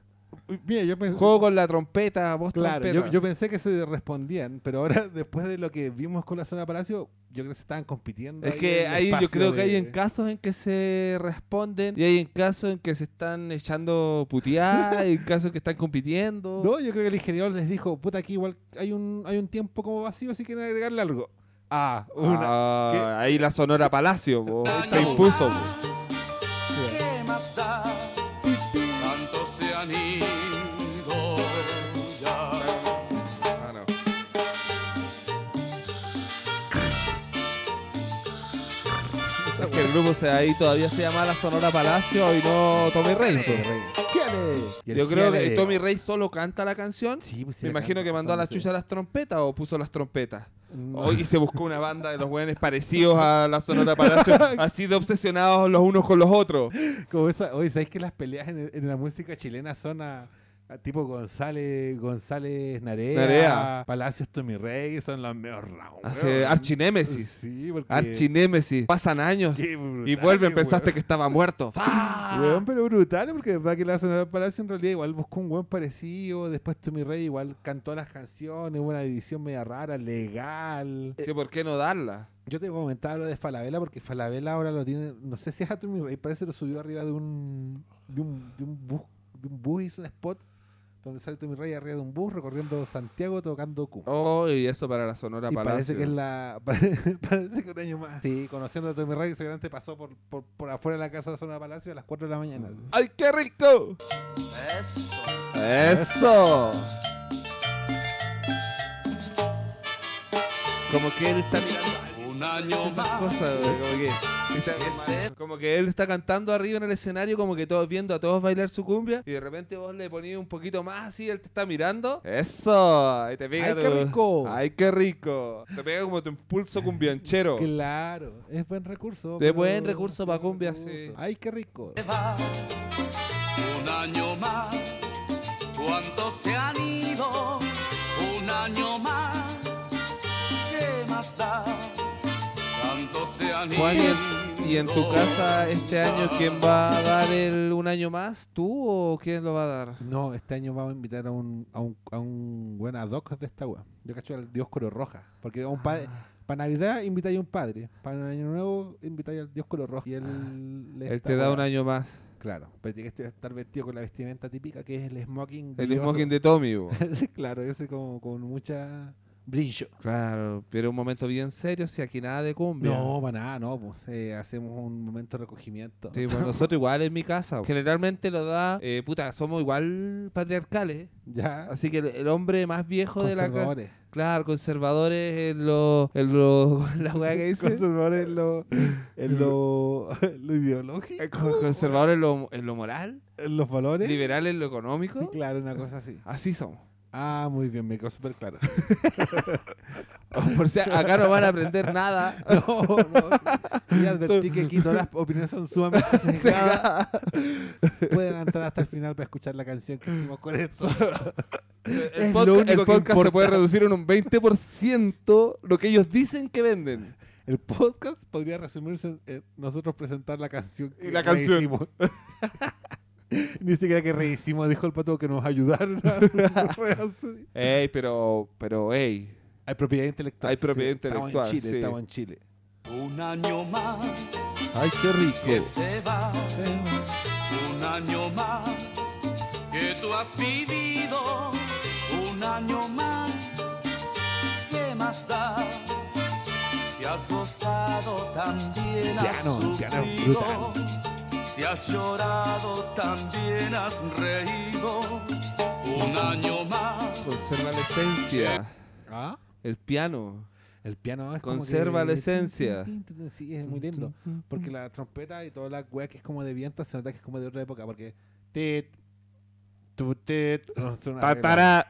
Mira, yo pensé.
Juego con la trompeta, voz
Claro, yo,
trompeta.
yo pensé que se respondían, pero ahora [LAUGHS] después de lo que vimos con la zona Palacio, yo creo que se estaban compitiendo.
Es
ahí
que
en el
ahí yo
espacio
creo que hay
de-
en casos en que se responden y hay en casos en que se están echando puteadas, hay en casos que están compitiendo.
No, yo creo que el ingeniero les dijo, puta, aquí igual hay un, hay un tiempo como vacío si quieren agregarle algo. Ah, una.
Ah,
¿Qué?
ahí la Sonora Palacio po, se
Año
impuso. po.
más, ¿Qué más da? Tanto se han ido ya.
Ah, no. Es que el grupo se, ahí todavía se llama la Sonora Palacio y no Tommy Rey.
pues,
po.
¡Giale! Y el
Yo creo
giale-
que Tommy Rey solo canta la canción.
Sí, pues, sí,
Me
la
imagino
canta,
que mandó a la
entonces.
chucha las trompetas o puso las trompetas.
No.
Hoy se buscó una banda de los jóvenes parecidos a la
[LAUGHS]
Sonora Palacio, así de obsesionados los unos con los otros.
Como esa, oye, ¿sabéis que las peleas en, en la música chilena son a, a tipo González, González Narea,
Narea.
Palacios Tommy Rey, son los mejores rounds?
Hace archinémesis.
Sí, porque...
Archinémesis. Pasan
[LAUGHS]
años
Qué
y
brutal,
vuelven,
qué
pensaste
weón.
que estaba muerto. ¡Ah!
Weón, pero brutal, porque de verdad que la Sonora Palacio en realidad igual buscó un buen parecido. Después Tommy Rey igual cantó las canciones, hubo una división media rara, legal.
Sí, ¿Por qué no darla?
Yo te comentaba lo de Falabella, porque Falabella ahora lo tiene, no sé si es a Tommy Rey, parece que lo subió arriba de un, de un, de un bus, de un bus, hizo un spot donde sale Tommy Rey arriba de un bus recorriendo Santiago tocando cumbia.
Oh, y eso para la Sonora
Y
Palacio.
parece que es la. [LAUGHS] Parece, parece que un año más. Sí, conociendo a Tommy Rey, seguramente pasó por, por, por afuera de la casa de la Sonora Palacio a las 4 de la mañana.
¡Ay, qué rico!
Eso.
¡Eso! Como que él está mirando a alguien.
Un año
esas
más.
cosas, güey, como que, está- como que él está cantando arriba en el escenario, como que todos viendo a todos bailar su cumbia, y de repente vos le ponís un poquito más así, él te está mirando. ¡Eso! Ahí te pega
¡Ay,
tu-
qué rico!
¡Ay, qué rico! Te pega como tu impulso cumbianchero.
Claro, es buen recurso.
Es
pero-
buen recurso pa' cumbia,
recurso.
sí.
Ay, qué rico.
te vas, un año más, cuántos se han ido, un año más, ¿qué más da? Tantos se han
Juan, ¿y
ido.
en, y en tu casa este año quién va a dar el un año más? ¿Tú o quién lo va a dar?
No, este año vamos a invitar a un, a un, a un buen ad hoc de esta wea. Yo cacho al dios Coro Roja. Porque un padre. Para Navidad invitáis a un padre. Para Año Nuevo invitáis al dios Coro Roja. Y él, le
Él
está
te da
wea-
un año más.
Claro, pero tiene que estar vestido con la vestimenta típica que es el smoking.
El
brilloso.
smoking de Tommy, bo.
[LAUGHS] claro, ese como con mucha brillo.
Claro, pero un momento bien serio, si aquí nada de cumbia.
No, para nada, no. Pues eh, hacemos un momento de recogimiento.
Sí, bueno, nosotros igual en mi casa. Generalmente lo da, eh, puta, somos igual patriarcales.
[LAUGHS] ya,
Así que el, el hombre más viejo de la casa.
conservadores.
Claro, conservadores en lo. En lo [LAUGHS] la weá que dice.
Conservadores en lo, en lo, [LAUGHS] lo ideológico,
Eh, con- Conservadores en lo, en lo moral,
en los valores.
liberal en lo económico.
Claro, una cosa así.
Así somos.
Ah, muy bien, me quedó súper
[LAUGHS]
claro.
Por si acá no van a aprender nada.
No, no. sí. Y advertí que aquí todas las opiniones son sumamente
[LAUGHS]
sesgadas. Pueden entrar hasta el final para escuchar la canción que hicimos con esto.
[LAUGHS] El,
Es
podca-
lo
el
único que
podcast se
importa.
puede reducir en un 20% lo que ellos dicen que venden.
El podcast podría resumirse en eh, nosotros presentar la canción que
Y la canción.
rehicimos. [LAUGHS] Ni siquiera que rehicimos, dijo el pato que nos
[LAUGHS]
ayudaron. a rehacer.
Ey, pero, pero, ey.
Hay propiedad intelectual.
Hay propiedad intelectual,
Estamos en Chile,
sí.
estamos en Chile.
Un año más,
Ay, qué
que
rico.
se va, un año más, que tú has vivido, un año más, ¿qué más da? Y has gozado también has
Piano, un piano
sufrido.
brutal.
Si has llorado también has reído. Un año más.
Conserva la esencia.
¿Ah?
El piano.
El piano es como
Conserva
que-
la esencia.
Tin, tin, tin, Sí, es muy lindo. Porque la trompeta y toda la weá que es como de viento se nota que es como de otra época. Porque. Tit, tu, tit, [LAUGHS] no, es un arreglo.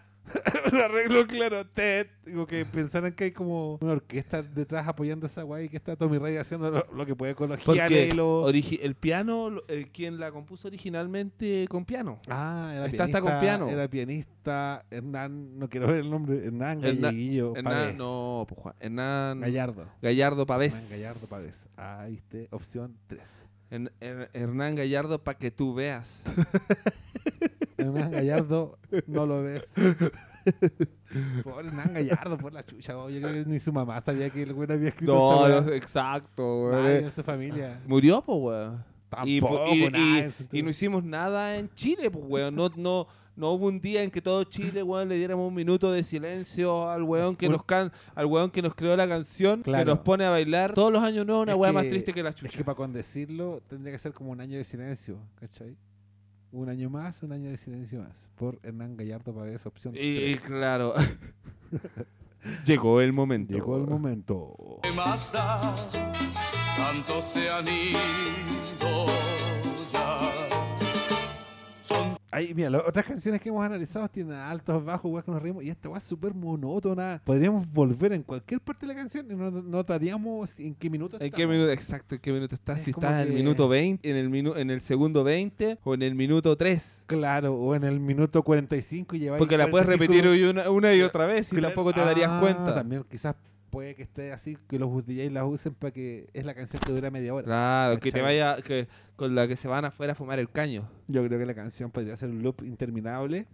Un arreglo claro. Tit. Digo que pensaran que hay como una orquesta detrás apoyando esa weá y que está Tommy Rey haciendo lo, lo que puede con los
Porque
giales y los.
origi- el piano, lo- eh, quien la compuso originalmente con piano.
Ah, era
Está hasta
pianista,
con piano.
Era pianista Hernán, no quiero ver el nombre, Hernán
Hernán-
Galleguillo. Pavés.
Hernán, no, pues Juan. Hernán
Gallardo.
Gallardo
Hernán
Pavés.
Gallardo Pavés. Ah, viste, opción 3.
Hern- Her- Hernán Gallardo, para que tú veas.
Hernán Gallardo no lo ves. [LAUGHS] Pobre Hernán Gallardo, por la chucha. oh, Yo creo que ni su mamá sabía que el güey había escrito
No,
esta
no,
weá.
exacto, eh. weón.
Nadie en su familia.
Murió, pues, weón. Y, po-
Tampoco,
y-
nada,
y-
eso
y no
tú.
hicimos nada en Chile, pues, weón. No, no, no hubo un día en que todo Chile, weón, le diéramos un minuto de silencio al weón que,
Un-
nos, can, al weón que nos creó la canción, que
Claro.
nos pone a bailar. Todos los años nuevos una
Es
weá
que-
más triste que la
Es
chucha.
que para condecirlo tendría que ser como un año de silencio, ¿cachai? Un año más, un año de silencio más. Por Hernán Gallardo Pavés, opción
y, y
3.
claro. [LAUGHS] Llegó el momento.
Llegó el momento.
¿Qué más da? Tantos se han ido ya. Son
Ahí, mira, las otras canciones que hemos analizado tienen altos, bajos, weas que nos reímos. Y esta wea es súper monótona. Podríamos volver en cualquier parte de la canción y no no notaríamos en qué minuto
¿En
estamos.
qué minuto? Exacto, ¿en qué minuto estás?
Es
si
como
estás en el
que-
minuto 20, en el, minu- en el segundo 20 o en el minuto 3.
Claro, o en el minuto 45 y lleváis
Porque la puedes
45
repetir hoy una, una y otra vez y
Claro.
tampoco te darías
Ah,
cuenta.
También quizás puede que esté así, que los DJs las usen para que es la canción que dura media hora.
Claro, que te
¿Cachai?
vaya, que, con la que se van afuera a fumar el caño.
Yo creo que la canción podría ser un loop interminable.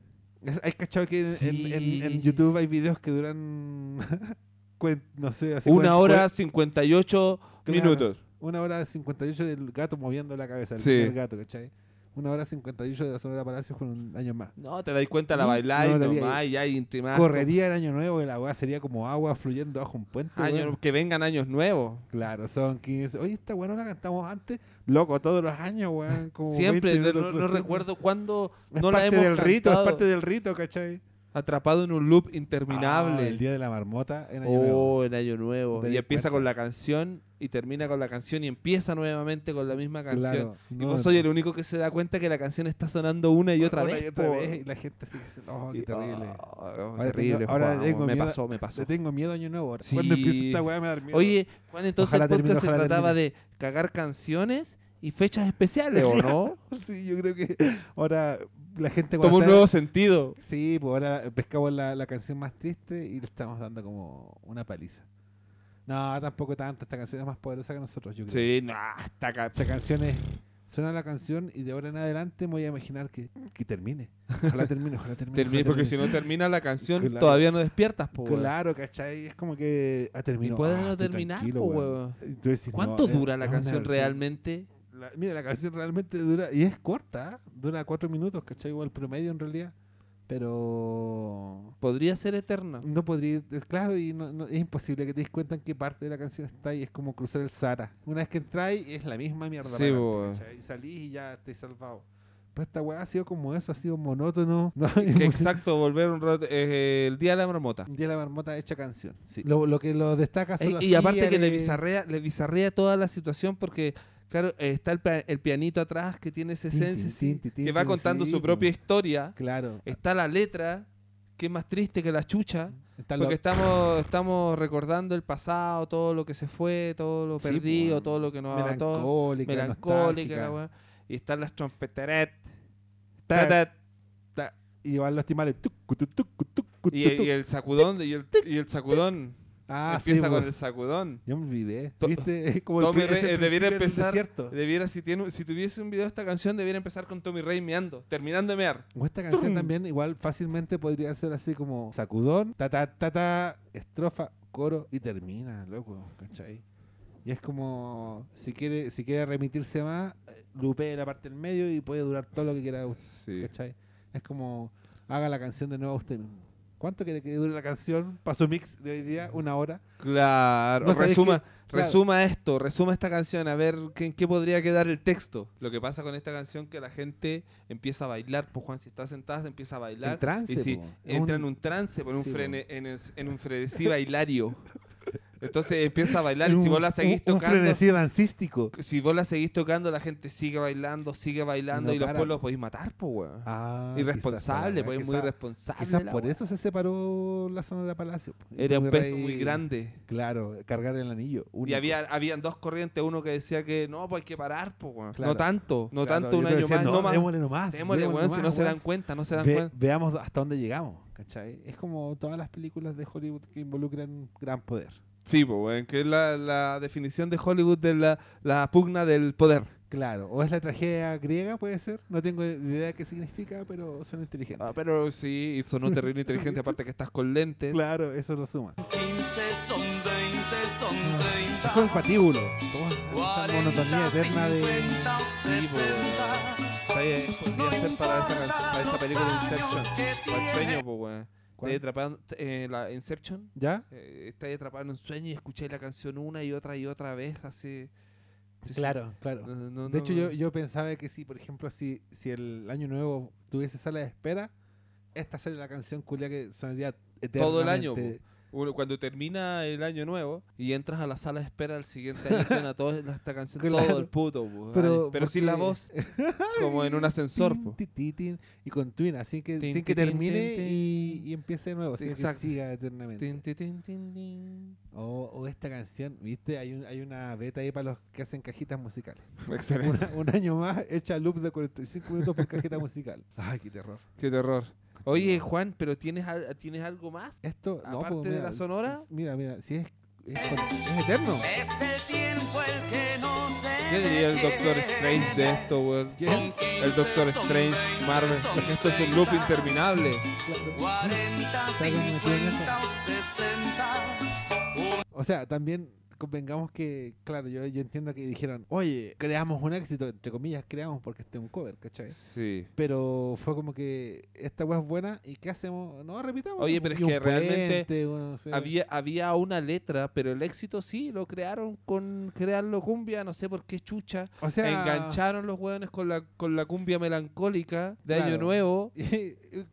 Es- ¿Hay cachado que en, en- en- en
Sí.
YouTube hay videos que duran, [LAUGHS] cuen- no sé, así
Una
cuen-
hora 58
Claro.
minutos.
Una hora 58 del gato moviendo la cabeza, el
Sí.
primer gato, ¿cachai? Una hora 58 de la Sonora Palacios con un año más.
No, te das cuenta, la
No,
bailáis
no daría
nomás, ya y entre más.
Correría el año nuevo y la weá sería como agua fluyendo bajo un puente.
Año-
weón.
que vengan años nuevos.
Claro, son 15. Oye, esta weá no la cantamos antes. Loco, todos los años, weón. como 20
Siempre, no,
minutos
no- no
recién.
recuerdo cuándo
Es
no la
parte
hemos
del rito, es
cantado.
parte del rito, ¿cachai?
Atrapado en un loop
Ah,
interminable.
el día de la marmota en año nuevo.
Oh, el año nuevo.
Te
Y
das
empieza
cuenta.
con la canción y termina con la canción y empieza nuevamente con la misma canción.
Claro,
y
no,
vos soy el único que se da cuenta que la canción está sonando una y otra
una
vez.
Y, otra
po.
vez, y la gente sigue diciendo, oh, qué
Y-
terrible.
oh,
tengo-
terrible,
ahora
Juan,
tengo
me
miedo-
pasó, me pasó.
"Oh, Le tengo miedo a año nuevo. ahora.
Sí.
Cuando empieza esta weá me da miedo.
Oye, Juan, entonces
Ojalá
el podcast
termine,
se
ojalá
trataba de cagar canciones y fechas especiales, ¿o
[LAUGHS]
no?
Sí, yo creo que ahora la gente
Toma
cuando
un
está-
nuevo sentido.
Sí, pues ahora pescamos la, la canción más triste y le estamos dando como una paliza. No, tampoco tanto. Esta canción es más poderosa que nosotros, yo creo.
Sí, no, está ca-
Esta canción es. Suena la canción y de ahora en adelante me voy a imaginar que, que termine. Ojalá termine, ojalá termine.
termina-
ojalá
porque si
termine.
no termina la canción,
Claro.
todavía no despiertas, po. weón.
Claro, ¿cachai? Es como que ah, ha terminado.
Y puede no terminar, po, weón. ¿Cuánto dura la canción realmente?
mira, la canción realmente dura. Y es corta, ¿eh? dura cuatro minutos, ¿cachai? Igual promedio en realidad. Pero.
Podría ser eterna.
[LAUGHS] No podría. Es claro, y no- no- es imposible que te des cuenta en qué parte de la canción está. Y es como cruzar el Sahara. Una vez que entráis, es la misma mierda.
Sí,
para adelante,
po, weón.
¿cachai? Y salís y ya estáis salvado. Pero esta weá ha sido como eso, ha sido monótono. [LAUGHS] No,
Que exacto, volver un rato. eh, el día de la marmota.
Día de la marmota hecha canción. Lo, lo que lo destaca son
Eh,
los
y aparte que le
títeres.
bizarrea, le bizarrea toda la situación porque, claro, eh, está el, pia- el pianito atrás que tiene esa
Tin, tin,
esencia,
tin,
sí,
tin, tin,
que va
tin,
contando
sí,
su
po.
propia historia.
Claro.
Está la letra, que es más triste que la chucha,
Está lo-
porque estamos, estamos recordando el pasado, todo lo que se fue, todo lo
Sí,
perdido,
po.
todo lo que nos abató,
melancólica,
melancólica, la
nostálgica.
weá. Y están las trompeteret.
Ta-
ta-
Y van los timales. tucu, tu, tucu, tucu,
Y,
tu,
el-
tu.
y el sacudón, de- y el, y el sacudón.
Ah, sí,
Empieza con
po.
el sacudón.
Yo me olvidé.
To-
¿Viste? [LAUGHS] Es como el
Tommy
pri-
Rey,
es el
eh, debiera
principio del
empezar-
desierto.
Debiera, si, tiene, si tuviese un video de esta canción, debiera empezar con Tommy Rey meando, terminando de mear.
O esta canción
¡Tum!
también igual fácilmente podría ser así como sacudón, ta ta ta ta, estrofa, coro y termina, loco, ¿cachai? Y es como si quiere, si quiere remitirse más, eh, lupee la parte del medio y puede durar todo lo que quiera,
Sí.
¿cachai? Es como haga la canción de nuevo usted mismo. ¿Cuánto quiere que dure la canción? Para su mix de hoy día, una hora.
Claro,
No sabéis
resuma,
claro.
resuma esto, resuma esta canción, a ver qué- en qué podría quedar el texto. Lo que pasa con esta canción que la gente empieza a bailar, pues Juan, si está sentada se empieza a bailar.
En trance,
y si
po.
entra en
Un-
un trance, por un
sí,
frene- en, es- en un
[LAUGHS]
frenesí bailario. Entonces empieza a bailar
En
y si
un-
vos la seguís
un-
tocando,
Un frenesí dancístico.
si vos la seguís tocando, la gente sigue bailando, sigue bailando
No
y
para,
después
po.
los podéis matar, pues weón.
Ah,
irresponsable,
quizás,
pues es muy
quizás-
irresponsable.
Quizás
la
por
weá.
eso se separó la Sonora Palacio. pues, po.
Era un
Muy
peso
rey-
muy grande.
Claro, cargar el anillo.
Y
único.
había, habían dos corrientes, uno que decía que no, pues hay que parar, pues, weón.
Claro.
No tanto, no
Claro,
tanto
y
un
otro
año
decía,
más, no,
"No,
más.
démosle nomás,
Démosle,
démosle
weón, si
nomás,
no se
weón".
dan cuenta, no se dan
Ve-
cuenta.
veamos hasta dónde llegamos, ¿cachai? Es como todas las películas de Hollywood que involucran gran poder.
Sí, pues, weón, que es la, la definición de Hollywood de la, la pugna del poder.
Claro, o es la tragedia griega, puede ser. No tengo idea de qué significa, pero son inteligentes.
Ah, pero sí, y sonó terrible inteligente, aparte que estás con lentes.
Claro, eso lo suma.
15 son 20, son
Es como el
30.
patíbulo. Toma, Esa
40,
monotonía eterna de.
50 o
Sí, pues, po.
60.
Podría ser para esa, canc- para esa película de Inception. O el sueño, pues, weón.
¿Cuál?
Estás atrapado, eh, la Inception,
¿Ya?
eh, estás atrapado en un sueño y escucháis la canción una y otra y otra vez, así. Entonces,
claro.
no- no-
De hecho,
no-
yo, yo pensaba que si, por ejemplo, si, si el año nuevo tuviese sala de espera, esta sería la canción culia que sonaría eternamente.
Todo el año, Uno, cuando termina el año nuevo y entras a la sala de espera al siguiente año
[LAUGHS]
suena toda esta canción
Claro.
todo el puto, po,
Pero
ay, pero sin la
porque- [LAUGHS]
voz, como en un ascensor. pues.
Tin,
po.
ti, ti, tin, y con Twin, así que
Tin,
sin que
ti, tin,
termine
tin, tin.
y, y empiece de nuevo, sin que
Exacto.
siga eternamente.
Tin, ti, tin, tin, tin.
O, o esta canción, ¿viste? Hay, un- hay una beta ahí para los que hacen cajitas musicales.
[LAUGHS] Excelente.
Una- un año más hecha loop de 45 minutos por cajita musical.
Ay, qué terror. Qué terror. Oye, Juan, pero tienes, al- ¿tienes algo más?
Esto, no,
Aparte
pues,
de
mira,
la
es-
sonora.
es- mira, mira, si es, es, es eterno.
Ese tiempo el que no se
¿Qué diría el Doctor Strange de esto, weón?
¿Quién?
El Doctor Strange, Marvel. Esto es un loop interminable.
40,
bien, me estoy en
50 o 60.
O sea, también convengamos que, claro, yo, yo entiendo que dijeron, oye, creamos un éxito, entre comillas, creamos porque este es un cover, ¿cachai?
Sí.
Pero fue como que esta weá es buena y ¿qué hacemos? No, repitamos.
Oye,
pues,
pero es
y un
que realmente
puente, uno, no sé.
Había, había una letra, pero el éxito sí, lo crearon con crearlo cumbia, no sé por qué chucha.
o sea, [LAUGHS]
Engancharon los hueones con la, con la cumbia melancólica de Año
Claro.
Nuevo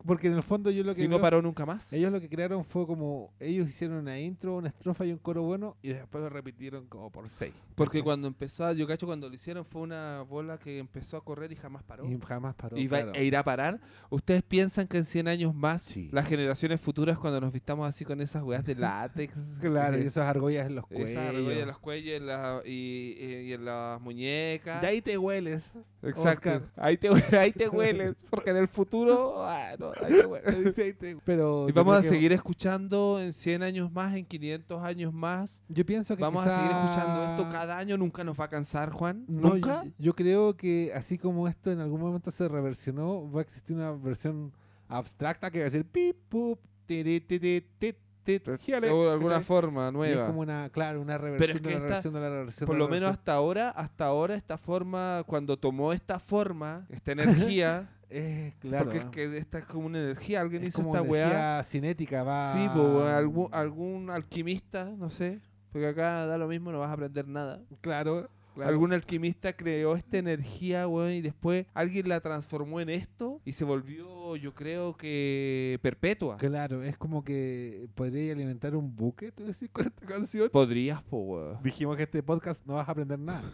Porque en el fondo yo lo que
y no
veo-
paró nunca más.
ellos lo que crearon fue como ellos hicieron una intro, una estrofa y un coro bueno y después lo repitieron como por seis.
Porque
¿cachai?
cuando empezó, a- yo cacho, cuando lo hicieron fue una bola que empezó a correr y jamás paró.
y jamás paró.
y va-
claro.
e irá a parar. ¿Ustedes piensan que en 100 años más
Sí.
las generaciones futuras cuando nos vistamos así con esas weas de látex?
[LAUGHS]
[LAUGHS]
Claro, y
que-
esas argollas en los cuellos.
Esa argolla en los cuellos en la- y, y- y en las muñecas.
De ahí te hueles. Oscar.
Ahí te, hue- ahí te hueles, porque en el futuro... ah, no, ahí te hueles.
Se dice ahí [LAUGHS]
[LAUGHS]
te- Pero
Y
yo
vamos a
creo que-
seguir escuchando en 100 años más, en 500 años más.
Yo pienso que
Vamos a seguir
quizá-
escuchando esto cada año. Nunca nos va a cansar, Juan.
No, yo-
Nunca.
Yo, creo que así como esto en algún momento se reversionó, va a existir una versión abstracta que va a decir pip, pup, tiri, tiri, ti, ti, jale",
De alguna
¿cachai?
forma
Y es
nueva.
como una, claro, una reversión de
que
la
esta-
reversión de la reversión.
Por
de
lo
la
menos
reversión.
hasta ahora, hasta ahora esta forma, cuando tomó esta forma, esta energía,
[LAUGHS] Eh, claro.
porque es que esta es como una energía, alguien
es
hizo
como
esta weá.
energía ah. cinética, va.
Sí, po, weón, algún, algún alquimista, no sé, porque acá da lo mismo, no vas a aprender nada.
Claro, claro.
Algún alquimista creó esta energía, weón, y después alguien la transformó en esto y se volvió, yo creo que perpetua.
Claro, es como que podría alimentar un buque, tú decís, con esta canción.
Podrías, po, weón.
Dijimos que este podcast no vas a aprender nada.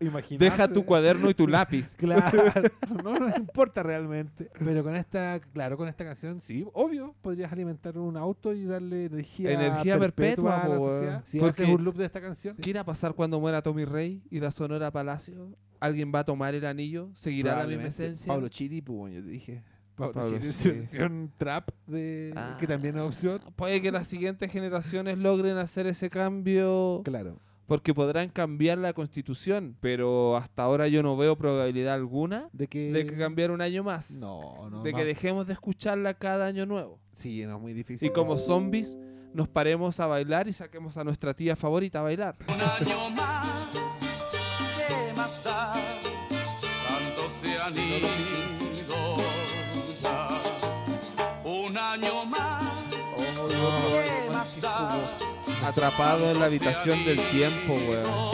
Imagínate.
Deja tu cuaderno y [LAUGHS] tu lápiz.
Claro, no nos importa realmente. Pero con esta, claro, con esta canción, sí, obvio, podrías alimentar un auto y darle energía,
Energía perpetua,
a la
po, weón.
sociedad. Si
Porque-
haces un loop de esta canción,
¿Qué irá a pasar cuando muera Tommy Rey y la Sonora Palacio? ¿Alguien va a tomar el anillo? ¿Seguirá la misma
probablemente.
esencia?
Pablo Chiri, pues, bueno, yo te dije. Pablo,
Pablo
Chiri, su
Chiri.
versión trap, de,
Ah.
que también es opción.
Puede que las siguientes generaciones logren hacer ese cambio
Claro.
porque podrán cambiar la constitución, pero hasta ahora yo no veo probabilidad alguna
De que.
de que cambiar un año más.
No, no.
de
no.
que dejemos de escucharla cada año nuevo.
Sí, no, es muy difícil.
Y como zombies nos paremos a bailar y saquemos a nuestra tía favorita a bailar.
Un año más, ¿qué más da? Tanto se han ido ya. Un año más,
atrapado en la habitación del tiempo, weón.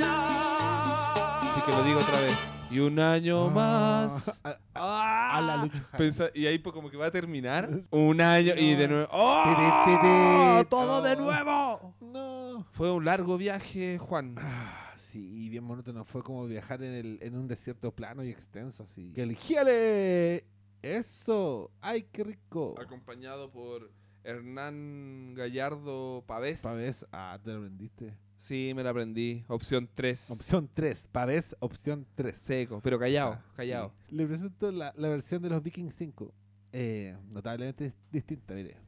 Así que lo digo otra vez. Y un año
Ah. [LAUGHS]
más.
A, a la lucha.
Pensa- y ahí pues, como que va a terminar. Un año y de nuevo. ¡Oh!
Tiri, tiri.
¡Todo de
Oh.
nuevo!
No.
Fue un largo viaje, Juan.
Ah, sí, y bien monótono. Fue como viajar en, el, en un desierto plano y extenso, así. ¡Que eligiale! ¡Eso! ¡Ay, qué rico!
Ah, Acompañado por Hernán Gallardo Pavés.
Pavés, ah, te lo vendiste.
Sí, me la aprendí. Opción 3.
Opción Ah, 3, Pavés, opción 3.
Seco, pero callado, callado.
Le presento la, la versión de los Vikings 5. Eh, notablemente distinta, mire.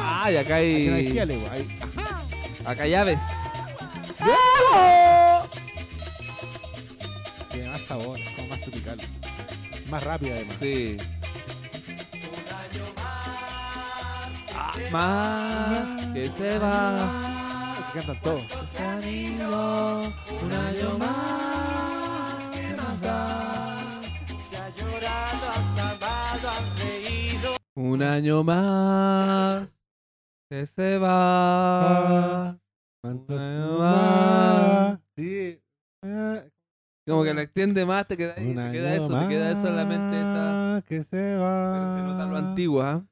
Ah, y acá
Hay que
hay.
eligiale, güey.
Acá hay aves.
Tiene más sabor, es como más tropical. Más rápida, además.
Sí. Ah, más que se va.
Que cantan todos.
se han ido, un año más. ¿Qué más da? Un año más que se va.
¿Cuántos
más?
Sí. Ah,
Como que la extiende más, te queda, ahí,
un
te queda
año
eso, te queda solamente esa.
más Que se va.
Pero se nota lo antiguo, ¿ah?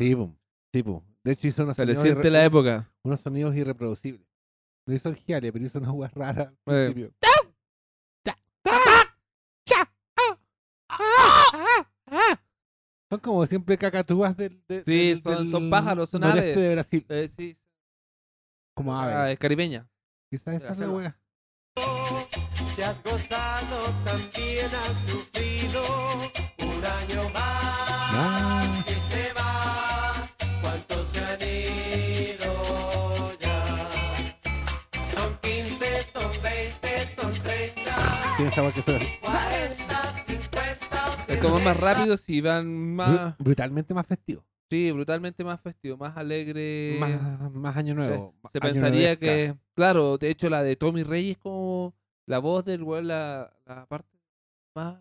Sí, pum. Sí, pum. De hecho, hizo unos
Se le
sonidos,
siente
irre-
la época.
unos sonidos irreproducibles. No hizo el Giare, pero hizo una agua rara al
Eh.
principio.
ah,
Son como siempre cacatúas del. de-
Sí,
del-
son-
del
son pájaros, son
noreste
aves.
de Brasil.
Eh, sí,
Como aves.
ah, es caribeña.
Quizás esa es la
selva.
wea.
Si has gozado, también has sufrido. Un año más
Ah,
que se va. ¿Cuántos se han ido ya? Son 15, son 20, son 30,
tiene esa wea que suena así.
40, 50 o
Esto va más rápido si van
Bru-
más.
brutalmente más festivo.
Sí, brutalmente más festivo, más alegre.
más, más año
se-
nuevo.
Se,
año
pensaría
nuevesca.
que. Claro, de hecho, la de Tommy Reyes como la voz del weón, la, la parte más.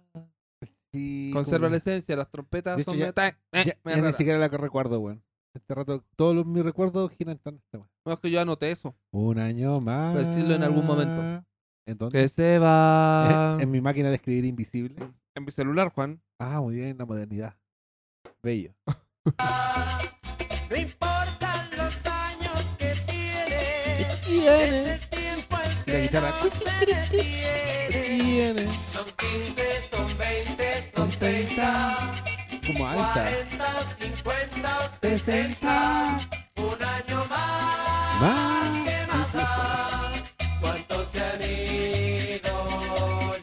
Sí,
Conserva
como-
la esencia, las trompetas
De hecho,
son.
ya-
medio tan, eh,
Ya,
medio
ya ni
raras.
siquiera la que recuerdo, weón. Este rato, todos los- mis recuerdos giran en torno a esta weón.
No, es que yo anoté eso.
Un año más.
Pero decirlo en algún momento.
¿En dónde? Eh,
Que ah. se va.
En- en mi máquina de escribir invisible.
en mi celular, Juan.
Ah, muy bien, la modernidad. Bello.
No importan los años que tienes, es el tiempo el
Y la
que
guitarra.
no se detiene. Son 15, son 20, son 30,
Como alta.
40, 50, 60. Un año más,
Más.
¿qué más da? ¿Cuántos se han ido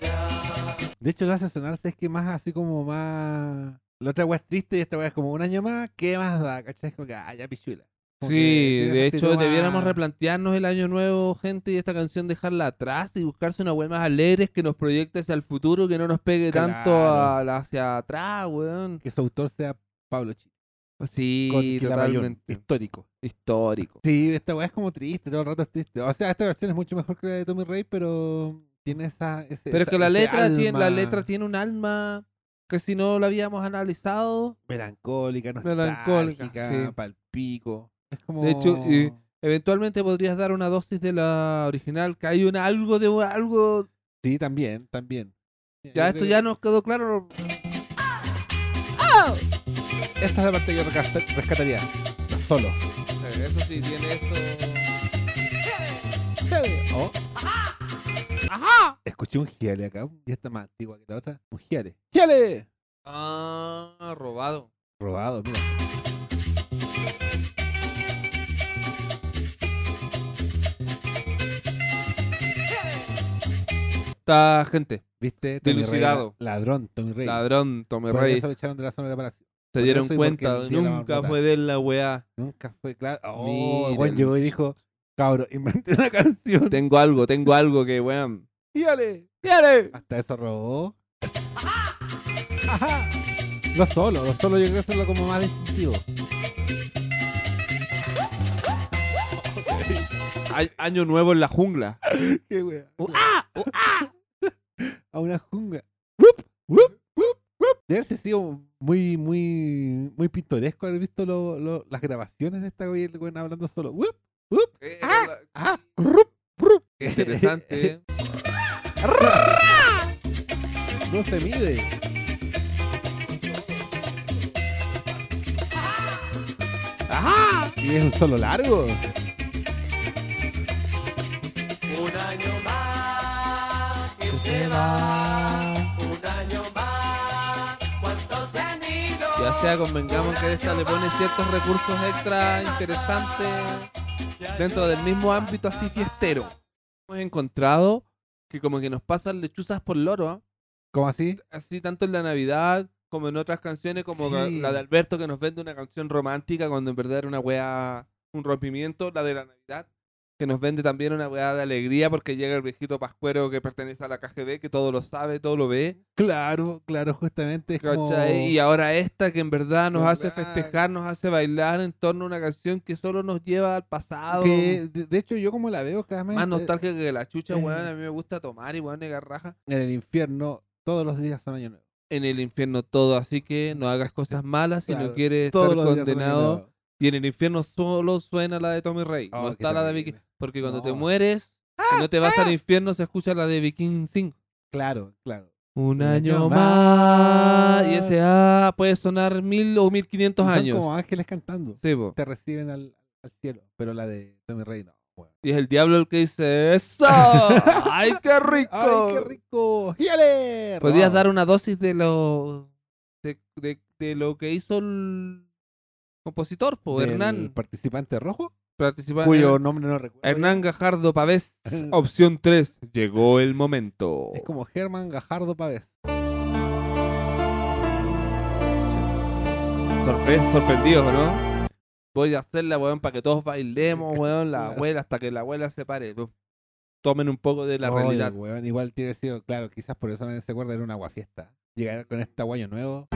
ya?
De hecho, lo hace sonar, es que más así como más. La otra weá es triste y esta weá es como un año más. ¿Qué más da? ¿Cachai? Es como que, ah, ya pichula. Como que
Sí,
tiene
de
esa
hecho
actitud
debiéramos
más-
replantearnos el año nuevo, gente, y esta canción dejarla atrás y buscarse una web más alegre que nos proyecte hacia el futuro, que no nos pegue tanto
Claro.
a la- hacia atrás, weón.
Que su autor sea Pablo Chico. con
Sí,
Quilamayón,
totalmente
histórico.
histórico.
Sí, esta weá es como triste, todo el rato es triste. O sea, esta versión es mucho mejor que la de Tommy Rey, pero tiene esa. Ese,
Pero
esa-
que la
ese
letra tiene, la
alma
letra tiene un alma que si no la habíamos analizado,
Melancólica,
Melancólica,
nostálgica,
sí.
palpico. Es como.
De hecho, y- eventualmente podrías dar una dosis de la original, que hay una algo de algo.
Sí, también, también.
Ya
Yo
esto
creo
ya
que
nos quedó claro.
Esta es la parte que yo rescat- rescataría. Solo.
Eso sí tiene eso.
Oh. Escuché un giale acá, y esta más antigua que la otra. Un giale. ¡Giale!
Ah, robado.
Robado, mira.
Está gente,
¿Viste? Tommy Rey era
Dilucidado.
ladrón, Tommy Rey.
ladrón, Tommy
Por
Rey.
eso lo echaron de la zona de Palacio.
Se
por
dieron
eso y porque
cuenta,
el día de la
nunca
marmota.
fue de la weá.
Nunca fue claro.
Mira
Oh, Juan
el-
llegó y dijo, cabro, inventé una canción.
Tengo algo, tengo algo que weón.
¡Díale!
¡Tiene!
Hasta eso robó. Ajá. Los solos, los solos yo creo que son lo como más
[LAUGHS]
distintivo.
Año nuevo en la jungla.
Qué wea.
Uh, [LAUGHS]
A una jungla. Debe haber sido muy, muy, muy pintoresco haber visto lo- lo- las grabaciones de esta güey el güey hablando solo. ¡Wup! ¡Wup!
Eh,
¡Ah!
la-
¡Ah! ¡Rup! ¡Rup!
qué Interesante.
No se mide. ¡Ajá! Y es un solo largo.
Un año más que se va. Un año más. ¿Cuántos se han ido?
ya sea, convengamos que esta le pone ciertos recursos extra interesantes dentro del mismo ámbito así fiestero. Hemos encontrado que como que nos pasan lechuzas por loro, ¿ah?
¿Cómo así?
así tanto en la Navidad como en otras canciones, como la-
Sí.
la de Alberto que nos vende una canción romántica cuando en verdad era una weá, un rompimiento, la de la Navidad, que nos vende también una weá de alegría porque llega el viejito pascuero que pertenece a la KGB, que todo lo sabe, todo lo ve,
Claro, claro, justamente. Es como...
¿cachai? Y ahora esta que en verdad nos hace
Claro.
festejar, nos hace bailar en torno a una canción que solo nos lleva al pasado.
que, de, de hecho, yo como la veo cada mes
Más
eh,
nostálgica que la chucha,
eh.
weón. A mí me gusta tomar y weón, negar raja.
en el infierno, todos los días son año nuevo.
en el infierno todo, así que no hagas cosas malas si
Claro,
no quieres
Todos
estar
los días son año
condenado.
nuevo.
Y en el infierno solo suena la de Tommy Rey,
Oh,
no
qué
está la de Viking.
terrible.
Porque cuando te
No. Ah,
mueres, si no te vas al infierno, se escucha la de Viking 5.
Claro, claro. Un
Un año
año
más. Y
más.
ese A puede sonar mil o mil quinientos
Y son
años.
como ángeles cantando.
Sí, po.
Te reciben al, al cielo. Pero la de Tommy Rey no. weón.
Y es el diablo el que
[LAUGHS]
dice ¡Eso! ¡Ay, qué rico!
¡Ay, qué rico! ¡Híjale!
Podrías
No.
dar una dosis de lo de, de- de lo que hizo el compositor, po,
del
Hernán.
participante rojo?
Participa-
Cuyo nombre no recuerdo.
Hernán Gajardo
[LAUGHS]
Pavés, opción 3. Llegó el momento.
Es como Germán Gajardo Pavés. [LAUGHS]
Sorpre- sorprendido, ¿no? Voy a hacerla, weón, para que todos
[LAUGHS]
bailemos, weón, la
Claro.
abuela, hasta que la abuela se pare. weón. Tomen un poco de la
Oye,
realidad.
weón, igual tiene sido, claro, quizás por eso nadie se acuerda, era una guafiesta. Llegar con este guayo nuevo.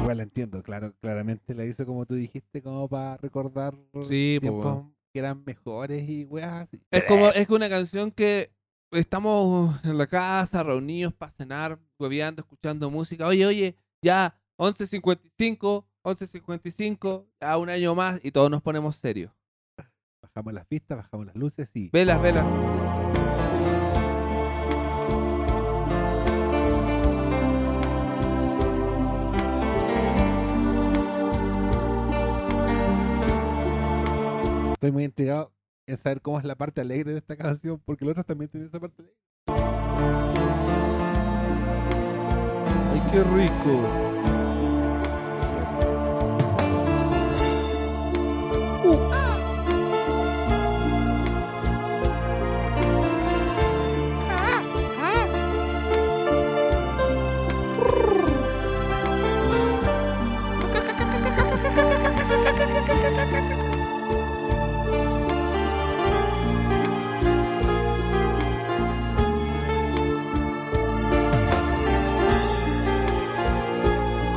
Igual la entiendo, claro, claramente la hizo como tú dijiste, como para recordar
Sí, po,
tiempos
weón. Eh.
que eran mejores y weas así.
Es como, es que una canción que estamos en la casa, reunidos para cenar, hueveando, escuchando música. Oye, oye, ya 11.55, 11.55, ya un año más y todos nos ponemos serios.
Bajamos las pistas, bajamos las luces y
Velas, velas.
Estoy muy intrigado en saber cómo es la parte alegre de esta canción, porque el otro también tiene esa parte alegre.
Ay, qué rico.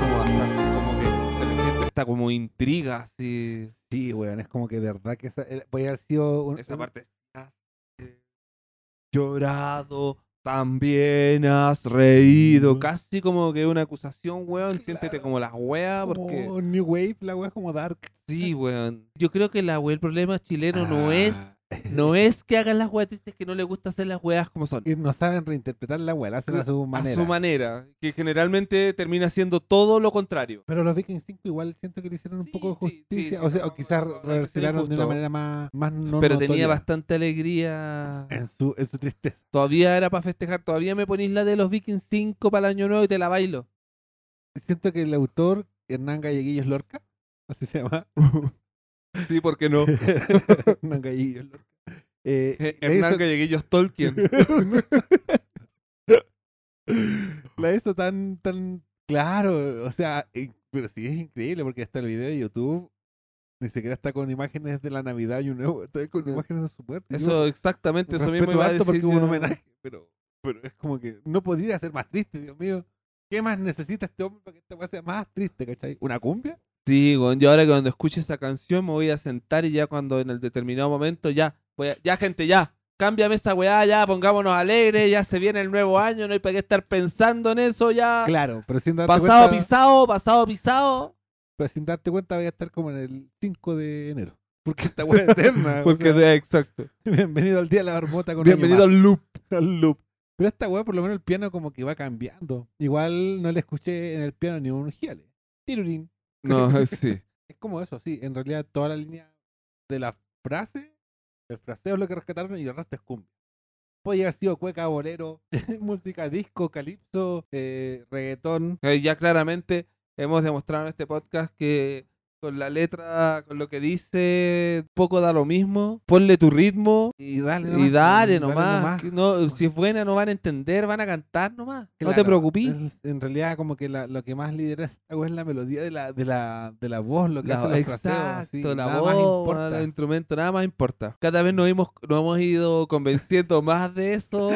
como hasta como que se le siente hasta como intriga así
Sí, weón, es como que de verdad que esa, eh, puede haber sido un-
esa
un-
parte llorado también has reído
Mm.
casi como que una acusación weón siéntete
Claro.
como las weas
como
ah, porque
New Wave, la wea es como Dark.
sí weón yo creo que la wea el problema chileno no es
Ah,
no es que hagan las weas tristes que no le gusta hacer las weas como son
Y no saben reinterpretar la wea, la hacen a su manera.
a su manera que generalmente termina siendo todo lo contrario
Pero los Vikings 5 igual siento que le hicieron un
Sí,
poco de
sí, sí,
justicia,
sí,
o sea,
no,
o quizás
no, no, no,
reaccionaron de una
justo.
manera más, más no Eh.
pero tenía
notoria
bastante alegría
en su, en su tristeza.
Todavía era para festejar, todavía me ponís la de los Vikings 5 para el año nuevo y te la bailo.
Siento que el autor, Hernán Galleguillos Lorca, así se llama, [LAUGHS]
Sí, ¿por qué [LAUGHS] no?
Hernán Galleguillos Lorca. eh, le hizo-
[LAUGHS] Hernán Galleguillos Tolkien.
[LAUGHS] La hizo tan, tan claro. O sea, eh, pero sí es increíble porque hasta el video de YouTube ni siquiera está con imágenes de la Navidad y un nuevo, está con imágenes de su muerte.
[LAUGHS] Eh, Eso, exactamente, eso mismo iba a decir.
porque hubo
yo.
un homenaje, pero, pero es como que no podría ser más triste, Dios mío. ¿Qué más necesita este hombre para que esta weá sea más triste, cachai? ¿Una cumbia?
Sí, weón, yo ahora cuando escuche esta canción me voy a sentar y ya cuando en el determinado momento ya, voy a- ya gente, ya, cámbiame esta weá, ya, pongámonos alegres, ya se viene el nuevo año, no hay para qué estar pensando en eso, ya.
Claro, pero sin darte
Ah, pasado
cuenta,
pisado, pasado pisado.
pero sin darte cuenta voy a estar como en el 5 de enero. Porque esta hueá [LAUGHS] es
[LAUGHS]
eterna. o sea,
exacto.
[LAUGHS] bienvenido al día de la marmota con
Bienvenido
año
al loop.
más, [LAUGHS] al loop. Pero esta hueá por lo menos el piano como que va cambiando. Igual no le escuché en el piano ni un giale. Tirurín.
No, [LAUGHS] sí.
Es como eso, sí. En realidad toda la línea de la frase, el fraseo es lo que rescataron y el resto es cumbia. Podría haber sido cueca, bolero, [LAUGHS] música disco, calipso, eh, reggaetón.
Eh, Ya claramente hemos demostrado en este podcast que con la letra, con lo que dice, poco da lo mismo. Ponle tu ritmo
Y dale
y dale nomás. que no- si es buena no van a entender, van a cantar nomás. No te
Claro,
preocupes.
es- en realidad, como que la- lo que más lidera esta weá es la melodía de la, de la, de la voz, lo que
La-
hace los fraseos, sí,
exacto, la
nada
voz,
más
el
importa.
instrumento, nada más importa. Cada vez nos, hemos, nos hemos ido convenciendo más
[LAUGHS]
de eso.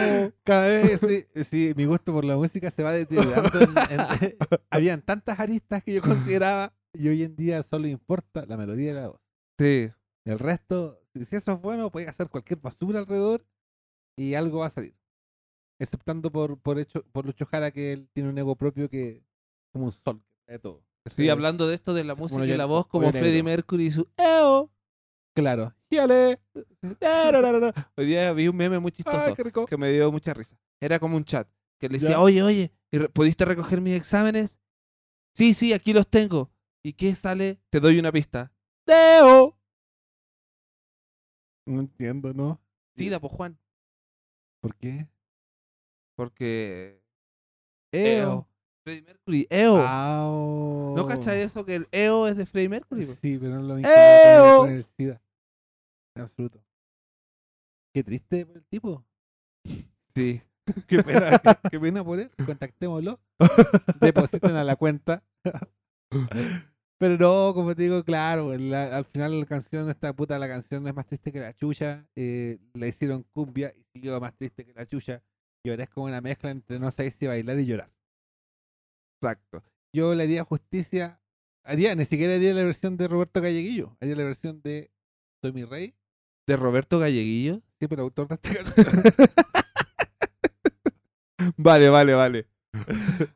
Cada vez, sí, sí, mi gusto por la música se va deteriorando. en- [LAUGHS] en- habían tantas aristas que yo consideraba y hoy en día solo importa la melodía de la voz.
Sí.
El resto, si si eso es bueno, puedes hacer cualquier basura alrededor y algo va a salir. Exceptando por, por, hecho, por Lucho Jara, que él tiene un ego propio que como un sol de todo. Este,
Sí,
Ese-
hablando de esto de la
Sí,
música
bueno,
y
yo-
la voz, como
hoy
Freddie
negro.
Mercury y su "Eh", EO.
Claro. ¡Yale!
Hoy día vi un meme muy
¡Ay,
chistoso
Ah, qué rico!
que me dio mucha risa. Era como un chat que le decía,
Ya.
oye, oye, ¿y re- ¿pudiste recoger mis exámenes? Sí, sí, aquí los tengo. ¿Y qué sale? Te doy una pista. ¡Deo!
No entiendo, ¿no?
Sí, da po, Juan.
¿Por qué?
Porque.
¡Eo!
Freddie Mercury, EO.
¡Au!
Oh. ¿No cachai eso Eh, que el EO es de Freddie Mercury? po?
Sí, pero no lo mismo
¡Eo!
con el SIDA. En absoluto. Qué triste por el tipo.
Sí.
Qué pena, qué pena por él.
[LAUGHS]
Contactémoslo. Depositen a la cuenta. Pero no, como te digo, claro, pues, la- al final la canción, esta puta, la canción es más triste que la chucha. eh, la hicieron cumbia y siguió más triste que la chucha. Y ahora es como una mezcla entre no sé si bailar y llorar.
Exacto.
Yo le haría justicia. Haría, ni siquiera haría la versión de Roberto Galleguillo. Haría la versión de Soy mi rey.
De Roberto Galleguillo.
Siempre el autor de esta [LAUGHS] canción.
[LAUGHS] Vale, vale, vale.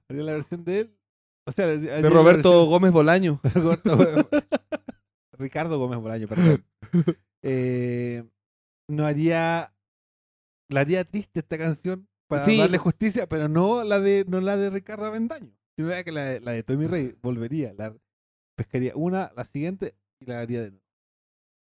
Haría la versión de él. O sea,
De Roberto Gómez Bolaño. [LAUGHS]
Roberto Gómez- Ricardo Gómez Bolaño, perdón. Eh, no haría. La haría triste esta canción para
Sí.
darle justicia, pero no la de, no la de Ricardo Avendaño. Sino la que la, de- la de Tommy Rey volvería. La pescaría una, la siguiente y la haría de nuevo.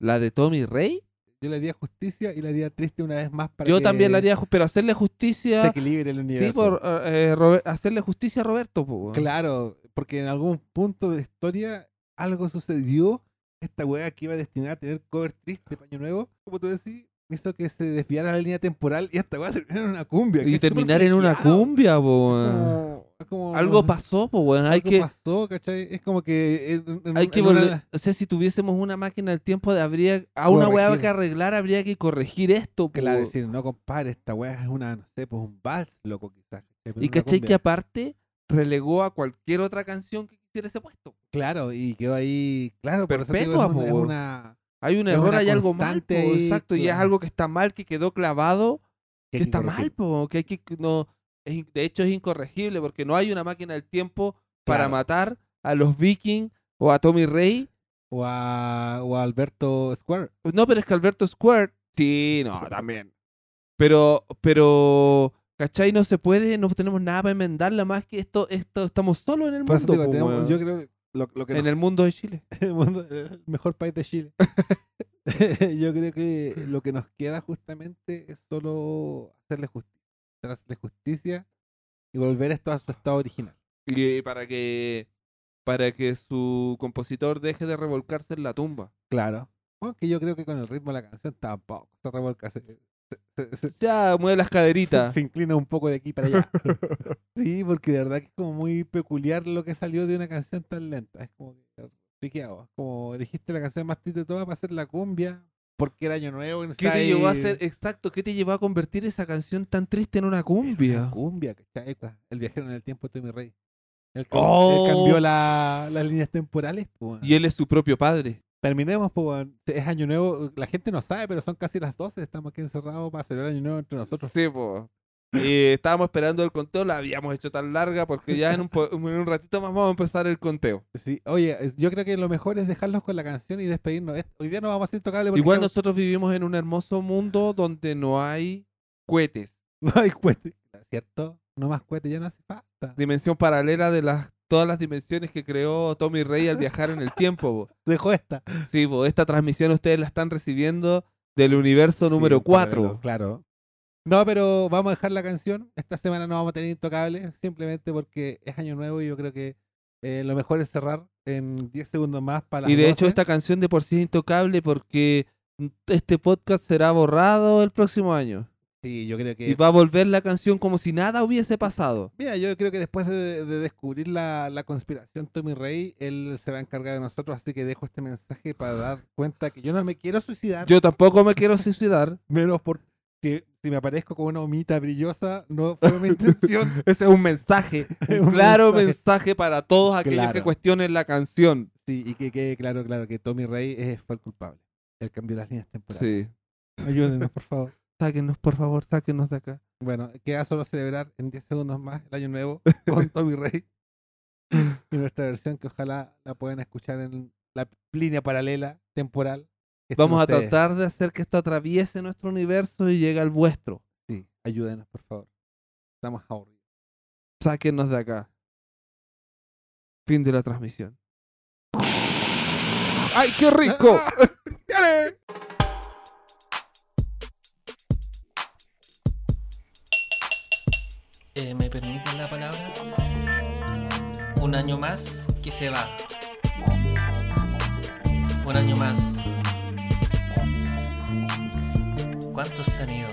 La de Tommy Rey.
Yo le haría justicia y la haría triste una vez más para
Yo
que
también la haría, ju- pero hacerle
se
justicia.
equilibre el universo.
Sí, por eh, eh, Robe- hacerle justicia a Roberto, po, weón.
Claro, porque en algún punto de la historia algo sucedió. Esta wea que iba destinada a tener cover triste, paño nuevo, como tú decís, hizo que se desviara la línea temporal y esta wea terminó en una cumbia. que
Y
es súper
terminar en una
friqueado.
cumbia, po, weón.
Como- es como-
Algo
no sé,
pasó, po, weón. Hay
algo
que,
pasó, ¿cachai? Es como que. en- en-
hay
en
que
una-
volver. O sea, si tuviésemos una máquina del tiempo, de- habría. A una weá
Corregir.
que arreglar, habría que corregir esto, po,
Claro,
weón.
decir, no compadre, esta wea es una, no sé, pues un vals, loco, quizás. Pero
Y
una
cachai
cumbia.
que aparte relegó a cualquier otra canción que quisiera ese puesto.
Claro, y quedó ahí, claro, por eso te digo,
Perpetua,
es una-
po,
es
weón.
una.
Hay un
Es
error,
una
hay algo mal, po,
constante ahí,
exacto, y es
claro.
algo que está mal, que quedó clavado, que,
hay que
está mal,
corregir.
po, que hay que no, es in- de hecho es incorregible porque no hay una máquina del tiempo para
Claro.
matar a los Vikings o a Tommy Rey. Pues
O a, o a Alberto Square.
No, pero es que Alberto Square, sí, no, también. Pero, pero, ¿cachai? No se puede, no tenemos nada para enmendarla más que esto, esto estamos solos en el
Por eso
mundo.
te digo,
po,
tenemos-
weón.
yo creo que lo, lo que
en
nos-
el mundo de Chile.
[LAUGHS] el mundo- el mejor país de Chile. [LAUGHS] yo creo que lo que nos queda justamente es solo hacerle justicia, hacerle justicia y volver esto a su estado original.
Y para que, para que su compositor deje de revolcarse en la tumba.
Claro. Aunque yo creo que con el ritmo de la canción tampoco se revolca, se, se- se- se-
Ya, mueve las caderitas.
se inclina un poco de aquí para
[LAUGHS]
allá. sí, porque de verdad que es como muy peculiar lo que salió de una canción tan lenta. Es como que friqueado. Es como elegiste la canción más triste de todas para hacer la cumbia porque era año nuevo. y no
¿Qué te
sabes-
llevó a hacer, exacto, qué te llevó a convertir esa canción tan triste en una
Era
cumbia?
Cumbia, ¿cachai? Está El viajero en el tiempo, Tommy Rey. Él, cam- él
Oh.
cambió la- las líneas temporales. po, weón.
Y e-, él es tu propio padre.
Terminemos, po, weón. es año nuevo. La gente no sabe, pero son casi las 12. Estamos aquí encerrados para celebrar año nuevo entre nosotros.
Sí, po. Eh, estábamos esperando el conteo, la habíamos hecho tan larga porque ya en un, po- en un ratito más vamos a empezar el conteo.
Sí, oye, es- yo creo que lo mejor es dejarlos con la canción y despedirnos. Es- Hoy día no vamos a ser tocables porque
Igual nosotros vivimos en un hermoso mundo donde no hay cohetes.
[LAUGHS] no hay cuete, ¿cierto? No más cuete, ya no hace falta.
Dimensión paralela de las todas las dimensiones que creó Tommy Rey al viajar en el tiempo. po.
Dejó esta.
Sí, po, esta transmisión ustedes la están recibiendo del universo número
Sí,
4.
paralelo, Claro. No, pero vamos a dejar la canción. Esta semana no vamos a tener intocables, simplemente porque es año nuevo y yo creo que eh, lo mejor es cerrar en 10 segundos más para...
Y
las
de hecho
12.
esta canción de por sí es intocable porque este podcast será borrado el próximo año.
Sí, yo creo que...
Y va a volver la canción como si nada hubiese pasado.
Mira, yo creo que después de, de descubrir la, la conspiración Tommy Rey, él se va a encargar de nosotros, así que dejo este mensaje para dar cuenta que yo no me quiero suicidar,
Yo tampoco me
[LAUGHS]
quiero suicidar.
menos por si, si me aparezco con una omita brillosa, no fue
[LAUGHS]
mi intención.
Ese es un mensaje,
Es [LAUGHS]
un
un
claro mensaje,
mensaje.
para todos aquellos que
Claro.
cuestionen la canción.
Sí, y que quede claro, claro, que Tommy Rey eh, fue el culpable. Él cambió las líneas temporales.
Sí.
Ayúdenos, por favor.
Sáquenos, por favor, sáquenos de acá.
Bueno, queda solo celebrar en 10 segundos más el año
[LAUGHS]
nuevo con Tommy Rey. Y nuestra versión que ojalá la puedan escuchar en la línea paralela temporal. que estén
Vamos a
ustedes.
tratar de hacer que esto atraviese nuestro universo y llegue al vuestro.
Sí, ayúdenos, por favor. Estamos aburridos.
Sáquenos de acá. Fin de la transmisión. ¡Ay, qué
[LAUGHS]
rico!
Eh, ¿Me permiten la palabra? Un año más que se va. Un año más. ¿Cuántos se han ido?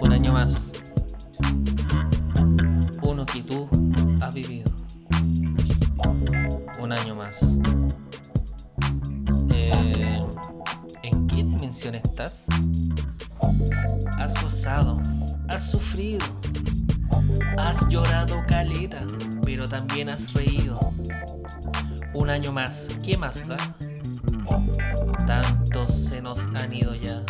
Un año más. Uno que tú has vivido. Un año más. Eh, ¿En qué dimensión estás? Has gozado, has sufrido, has llorado caleta, pero también has reído. Un año más, ¿qué más da? Tantos se nos han ido ya.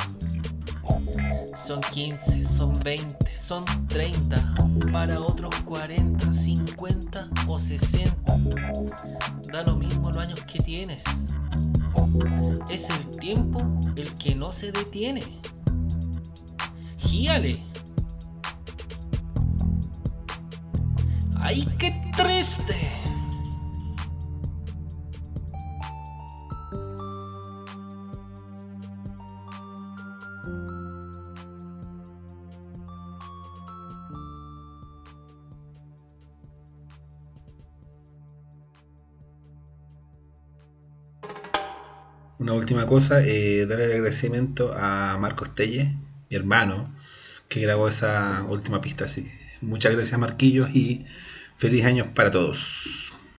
Son 15, son 20, son 30, para otros 40, 50 o 60. Da lo mismo los años que tienes es el tiempo el que no se detiene. ¡Gíale! ¡Ay, qué triste!
Una última cosa, eh, darle el agradecimiento a Marcos Telle, mi hermano, que grabó esa última pista. Así que muchas gracias, Marquillos, y feliz años para todos.